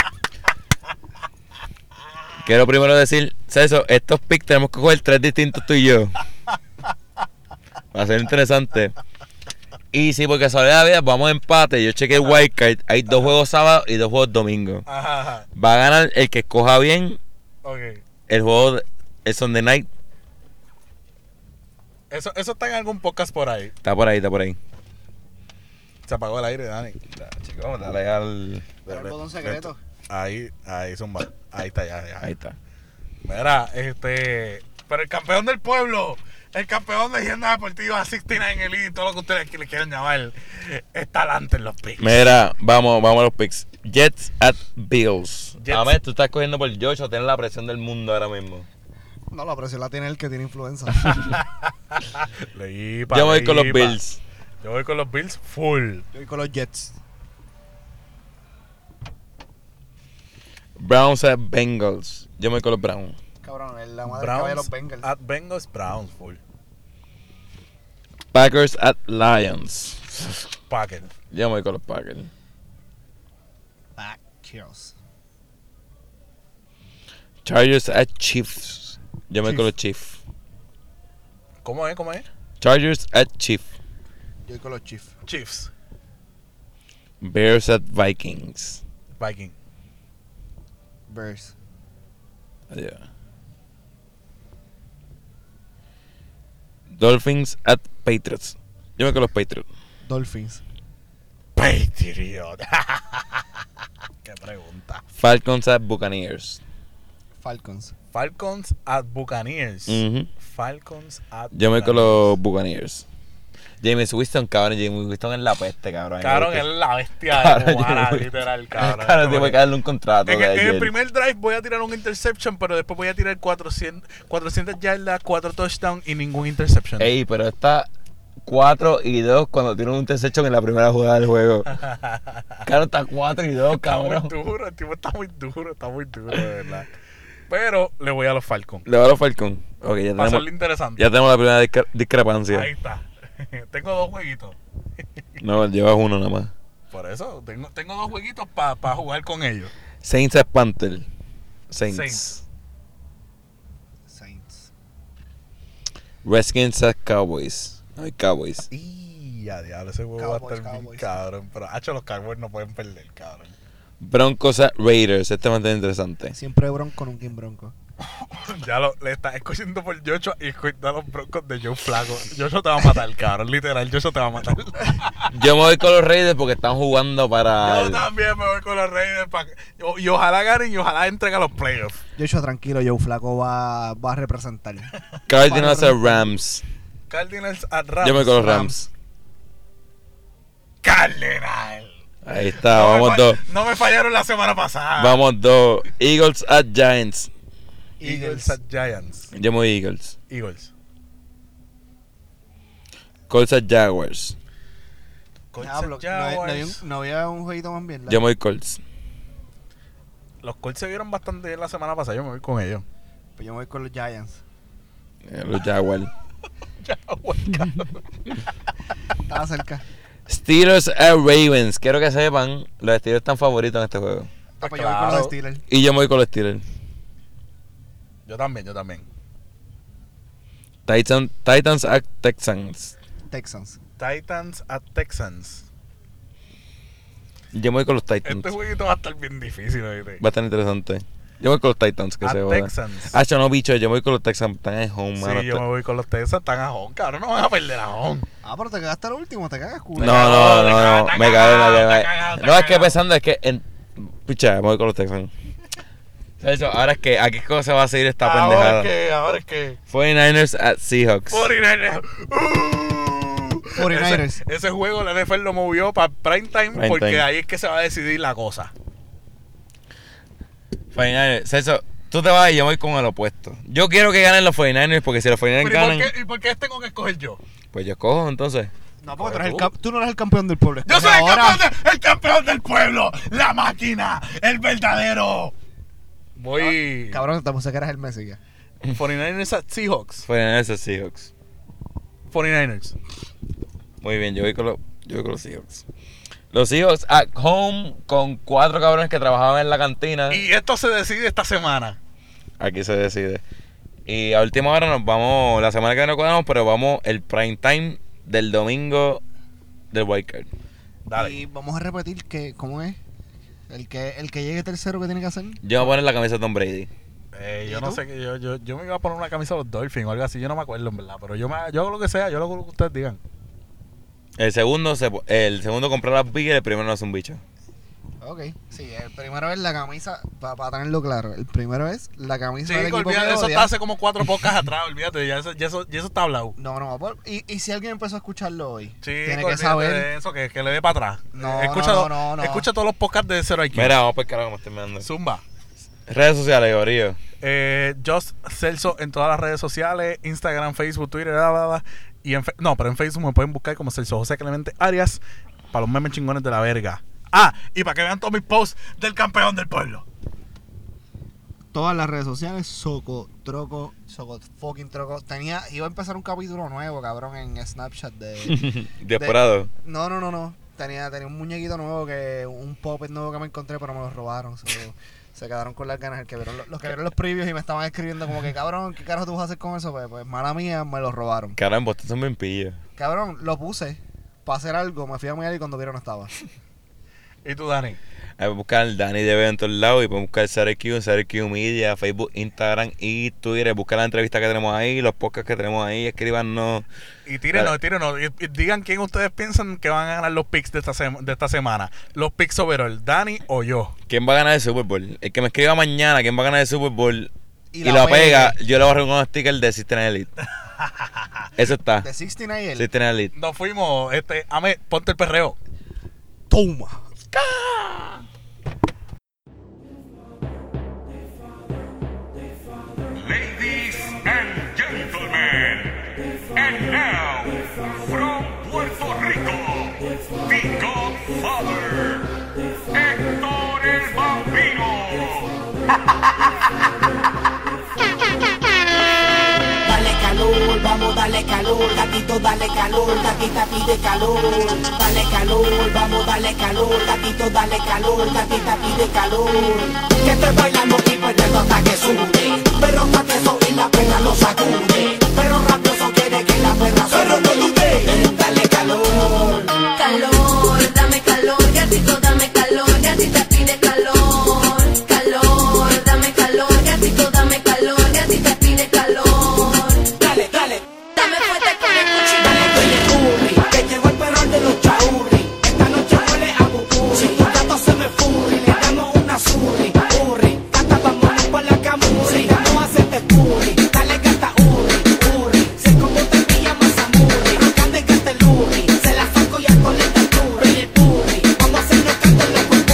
Quiero primero decir, Celso, estos picks tenemos que coger tres distintos tú y yo. Va a ser interesante. Y sí, porque sale la vida, vamos a empate. Yo chequeé el wildcard. Hay dos juegos sábado y dos juegos domingo.
Ajá, ajá.
Va a ganar el que escoja bien
Ok.
el juego, de- el Sunday night.
Eso, eso está en algún podcast por ahí.
Está por ahí, está por ahí.
Se apagó el aire, Dani.
Chicos, dale al.
Pero el botón secreto.
Ahí, ahí, zumba. Ahí está, ya, ya.
Ahí está.
Mira, este. Pero el campeón del pueblo, el campeón de leyendas deportivas 69 en el todo lo que ustedes qui- le quieran llamar, está adelante en los picks.
Mira, vamos, vamos a los picks. Jets at Bills.
Jets.
A ver, tú estás cogiendo por Joshua, tienes la presión del mundo ahora mismo.
No, la presión la tiene el que tiene influenza.
Le iba,
Yo voy
le
con los
iba.
Bills.
Yo voy con los Bills full.
Yo voy con los Jets.
Browns at Bengals. Yo me voy con los Browns.
Cabrón, es la madre que
Browns,
de los Bengals.
At Ah, Bengals, Browns full.
Packers at Lions.
Packers.
Yo me voy con los Packers.
Packers.
Chargers at Chiefs. Yo me voy con los Chiefs.
¿Cómo es? ¿Cómo es?
Chargers at Chiefs.
Yo voy con los Chiefs.
Chiefs.
Bears at Vikings.
Viking.
Bears.
Yeah. Dolphins at Patriots. Yo me voy con los Patriots.
Dolphins.
Patriot. Qué pregunta.
Falcons at Buccaneers.
Falcons.
Falcons at Buccaneers.
Ujú.
Falcons at
Mm. Yo me voy con
Buccaneers.
los Buccaneers. James Winston, cabrón. James Winston es la peste, cabrón.
Cabrón,
Este-
es la bestia de
Cabrón,
Guara,
yo-
literal, cabrón.
Claro, tengo que darle un contrato.
En
de
el, en el
ayer.
primer drive voy a tirar un interception, pero después voy a tirar 400, 400 yardas, 4 touchdowns y ningún interception.
Ey, pero está 4 y 2 cuando tiene un interception en la primera jugada del juego. Claro, está 4 y 2,
está muy
cabrón.
duro, el tipo está muy duro, está muy duro, de verdad. Pero le voy a los Falcons.
Le va a los Falcon. Ok, ya
Para
tenemos,
hacerlo interesante.
ya tenemos la primera discre- discrepancia.
Ahí está. tengo dos jueguitos.
No, llevas uno nada más.
Por eso, tengo, tengo dos jueguitos para jugar con ellos.
Saints at Panther. Saints.
Saints.
Saints.
Redskins at Cowboys. Ay, Cowboys.
Y a diablo, ese juego va a
Cowboys,
estar bien
Cowboys.
cabrón. Pero, hacho, los Cowboys no pueden perder, cabrón.
Broncos at Raiders. Este va a estar interesante.
Siempre bronco, nunca en bronco.
Ya lo, le estás escuchando por Joshua y escuchando a los broncos de Joe Flaco. Joshua te va a matar, cabrón. Literal, Joshua te va a matar.
Yo me voy con los Raiders porque están jugando para.
Yo también me voy con los Raiders. pa' que- y, y ojalá ganen y ojalá entren a los playoffs.
Joshua, tranquilo, Joe Flaco va, va a representar.
Cardinals at Rams.
Cardinals at Rams.
Yo me voy con los Rams.
Cardinal.
Ahí está, Ah,
No me Ah.
vamos
fa-
dos.
No me fallaron la semana pasada.
Vamos dos. Eagles at Giants.
Eagles at Giants.
Yo me voy Eagles.
Eagles.
Colts at Jaguars.
Colts at
Diablo, no,
Jaguars.
no había un- no había un jueguito más bien. ¿la?
Yo me voy Colts.
Los Colts se vieron bastante bien la semana pasada. Yo me voy con ellos.
Pues yo me voy con los Giants.
Eh, Los Jaguars.
Estaba cerca.
Steelers at Ravens. Quiero que sepan, los Steelers están favoritos en este juego.
Ah, pues yo voy con
Claro.
los Steelers.
Y yo me voy con los Steelers.
Yo también, yo también.
Titan- Titans at Texans.
Texans.
Titans at Texans.
Yo me voy con los Titans.
Este
Va
jueguito va a estar bien difícil, oíste.
a estar interesante. Yo me voy con los Titans, que
At
se jodan.
Texans.
Ah, yo no, bicho, yo me voy con los Texans. Están en home, mano. este
Sí, yo me voy con los Texans, están a home, cabrón, no van a perder a home.
Ah, pero te quedaste el último, te cagas,
No,
culo.
no,
Está
no,
cagado,
no.
está
Me cae,
cagado,
me
está
cae.
cagado, está
No, es que
cagado.
pensando es que. En... Pucha, me voy con los Texans. Eso, ahora es que. ¿A qué cosa va a seguir esta
Ah,
pendejada?
Ahora es que, ahora es que.
49ers at Seahawks.
49ers. Uh,
49ers.
Ese, ese juego la NFL lo movió para prime time
Prime
porque
time.
ahí es que se va a decidir la cosa.
49ers. Celso, tú te vas y yo voy con el opuesto. Yo quiero que ganen los 49ers porque si los 49ers
Pero ¿y, por
ganan,
qué, ¿Y por qué tengo que escoger yo?
pues yo cojo entonces.
No, porque tú, eres el
Tú.
cap- tú no eres el campeón del pueblo.
Yo
Escoge
soy el
ahora.
campeón, de- el campeón del pueblo, la máquina, el verdadero. Voy.
Cabrón, estamos que eres el Messi ya.
49ers at Seahawks.
49ers at Seahawks.
49ers.
Muy bien, yo voy con los, yo voy con los Seahawks. Los Seahawks at home con cuatro cabrones que trabajaban en la cantina.
Y esto se decide esta semana.
Aquí se decide. Y a última hora nos vamos, la semana que viene no cuadramos, pero vamos el prime time del domingo del wildcard.
Dale.
Y vamos a repetir que, ¿cómo es? El que, el que llegue tercero que tiene que hacer.
Yo me voy a poner la camisa de Tom Brady.
Eh,
¿Y
yo no
tú?
sé, que yo, yo, yo me iba a poner una camisa de los Dolphins o algo así, yo no me acuerdo en verdad, pero yo, me, yo hago lo que sea, yo hago lo que ustedes digan.
El segundo, se, po- el segundo comprar las billas y el primero no es un bicho.
Ok. Sí, el primero es la camisa, para tenerlo claro. El primero es la camisa
Sí,
del equipo que
olvídate, eso
odia.
está hace como cuatro pocas atrás, olvídate, ya eso, ya eso, ya eso está hablado.
No, no, por- y, y si alguien empezó a escucharlo hoy,
Sí,
tiene que
olvídate
saber.
de eso, que, que le dé para atrás.
No,
escucha,
no,
lo-
no, no, no.
escucha todos los podcasts de Cero IQ.
Mira, vamos por carajo, me estoy mirando.
Zumba.
Redes sociales, Gorillo.
Eh, Just Celso en todas las redes sociales, Instagram, Facebook, Twitter, bla, bla, bla. Y en fe- no, pero en Facebook me pueden buscar como Celso José Clemente Arias para los memes chingones de la verga. Ah, y para que vean todos mis posts del campeón del pueblo.
todas las redes sociales, Soco Troco, Soco Fucking Troco. Tenía, iba a empezar un capítulo nuevo, cabrón, en Snapchat de.
Desperado.
No, no, no, no. Tenía, tenía un muñequito nuevo que, un puppet nuevo que me encontré, pero me lo robaron. so, se quedaron con las ganas. El que vieron lo- los que vieron los previos y me estaban escribiendo como que, cabrón, ¿qué carajo tú vas a hacer con eso? Pues, pues mala mía, me lo robaron.
Caramba, ustedes son bien pillos.
Cabrón, lo puse para hacer algo, me fui a mirar y cuando vieron no estaba.
¿Y tú, Dani?
Ahí pueden buscar el Dani de en todos lados y pueden buscar SareQ, SareQ Media, Facebook, Instagram y Twitter. Busca la entrevista que tenemos ahí, los podcasts que tenemos ahí, escríbanos.
Y tírenos,
Dale.
tírenos. Y, y digan quién ustedes piensan que van a ganar los picks de esta, sema- de esta semana. Los picks overall, Dani o yo.
¿Quién va a ganar el Super Bowl? El que me escriba mañana, ¿quién va a ganar el Super Bowl? Y,
la
la pega, yo le voy a arreglar unos stickers de System Elite. Eso está.
De 69 el
System Elite.
Nos fuimos. Este, Ame, ponte el perreo.
Toma.
Ladies and gentlemen, and now from Puerto Rico, the Godfather, Héctor el Bambino.
Dale calor, vamos, dale calor, gatito, dale calor, gatita pide calor. Dale calor, vamos, dale calor, gatito, dale calor, gatita pide calor. Que te bailando y perdiendo hasta que sube. Pero eso y la perra lo sacude. Pero rapioso quiere que la perra se lo Dale calor.
Calor, dame calor, gatito, dame calor, gatita pide calor. Calor, dame calor, gatito, dame calor, gatita pide calor.
Dale, dale.
Dame fuerte con el cuchillo.
Dale que le curry, que llegó el perro de los chaurri. Esta noche huele a bucurri, tu gato se me furri, le damos una surri, curry. Hasta vámonos por la camurri, no hacerte curry, dale gata urri, urri. Sé como te pilla más amurri, acá de gata el urri, se la saco y al coleta el curry, el curry. Vamos a hacernos canto en los curry,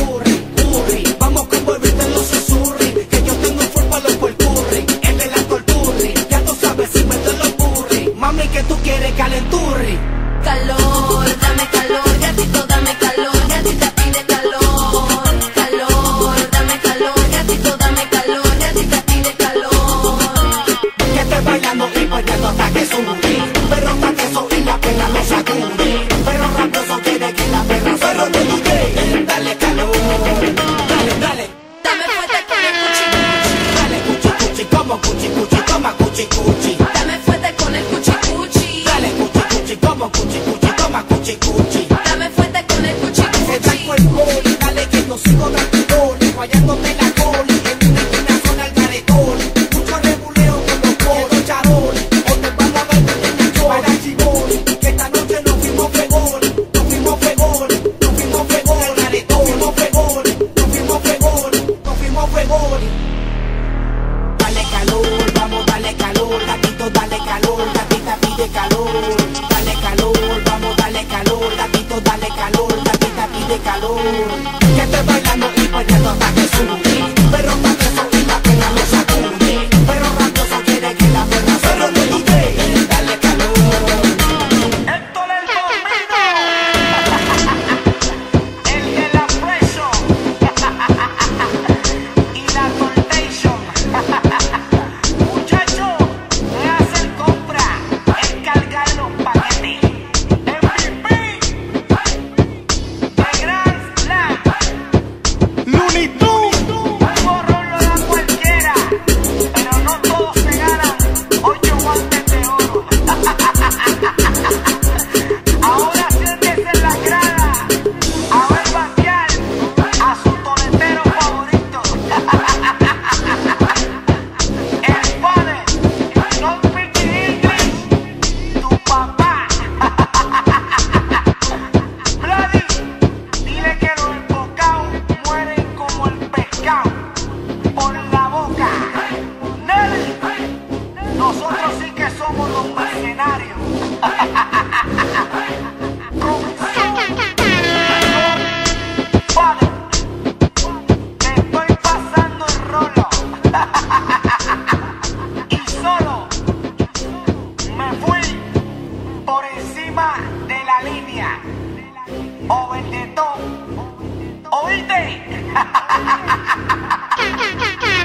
curry. Vamos con volverte en los susurri, que yo tengo un full pa' los por curry, el de la torturri, ya tú sabes si meto en los curry. Mami, que tú quieres calenturri.
Calor, dame calor, gatito, dame calor, gatita pide calor. Calor, dame calor, gatito, dame calor, gatita pide calor.
Que estés bailando y perdiendo hasta que sube Pero hasta que eso y la perra lo sacude Pero rabioso quiere que la perra se retuye Eh, Dale calor, dale, dale
Dame fuerte con el cuchillo.
Dale cuchi cuchi, como cuchi cuchi, toma cuchi cuchi
Dame fuerte con el cuchicuchi.
Dale cuchi cuchi, como cuchi cuchi, toma cuchi cuchi
Dame fuerte con el
Se
cuchicuchi.
trajo el boli, dale que no sigo tranquiloli Guayándote la coli, en una esquina zona al garetoli Mucho rebuleo con los coros charoli O te van a ver en el choli Para chiboli, que esta noche nos fuimos fregoli Nos fuimos fregoli, nos fuimos fregoli Al garetoli, nos fuimos fregoli, nos fuimos fregoli Nos fuimos fregoli Dale calor, vamos, dale calor, gatito, dale calor, gatita pide calor. Dale calor, vamos, dale calor, gatito, dale calor, gatita pide calor. Que estés bailando y pues perdiendo hasta que sube. Pero hasta que sube la pena lo sacude. Pero rabioso quiere que la pena se retuye. Dale calor.
Héctor el Bombino, el de la Preso y la Cortation. Muchacho, voy a hacer compra, encargar los paquetes. MVP de Grand Slam.
Looney Tunes.
calor.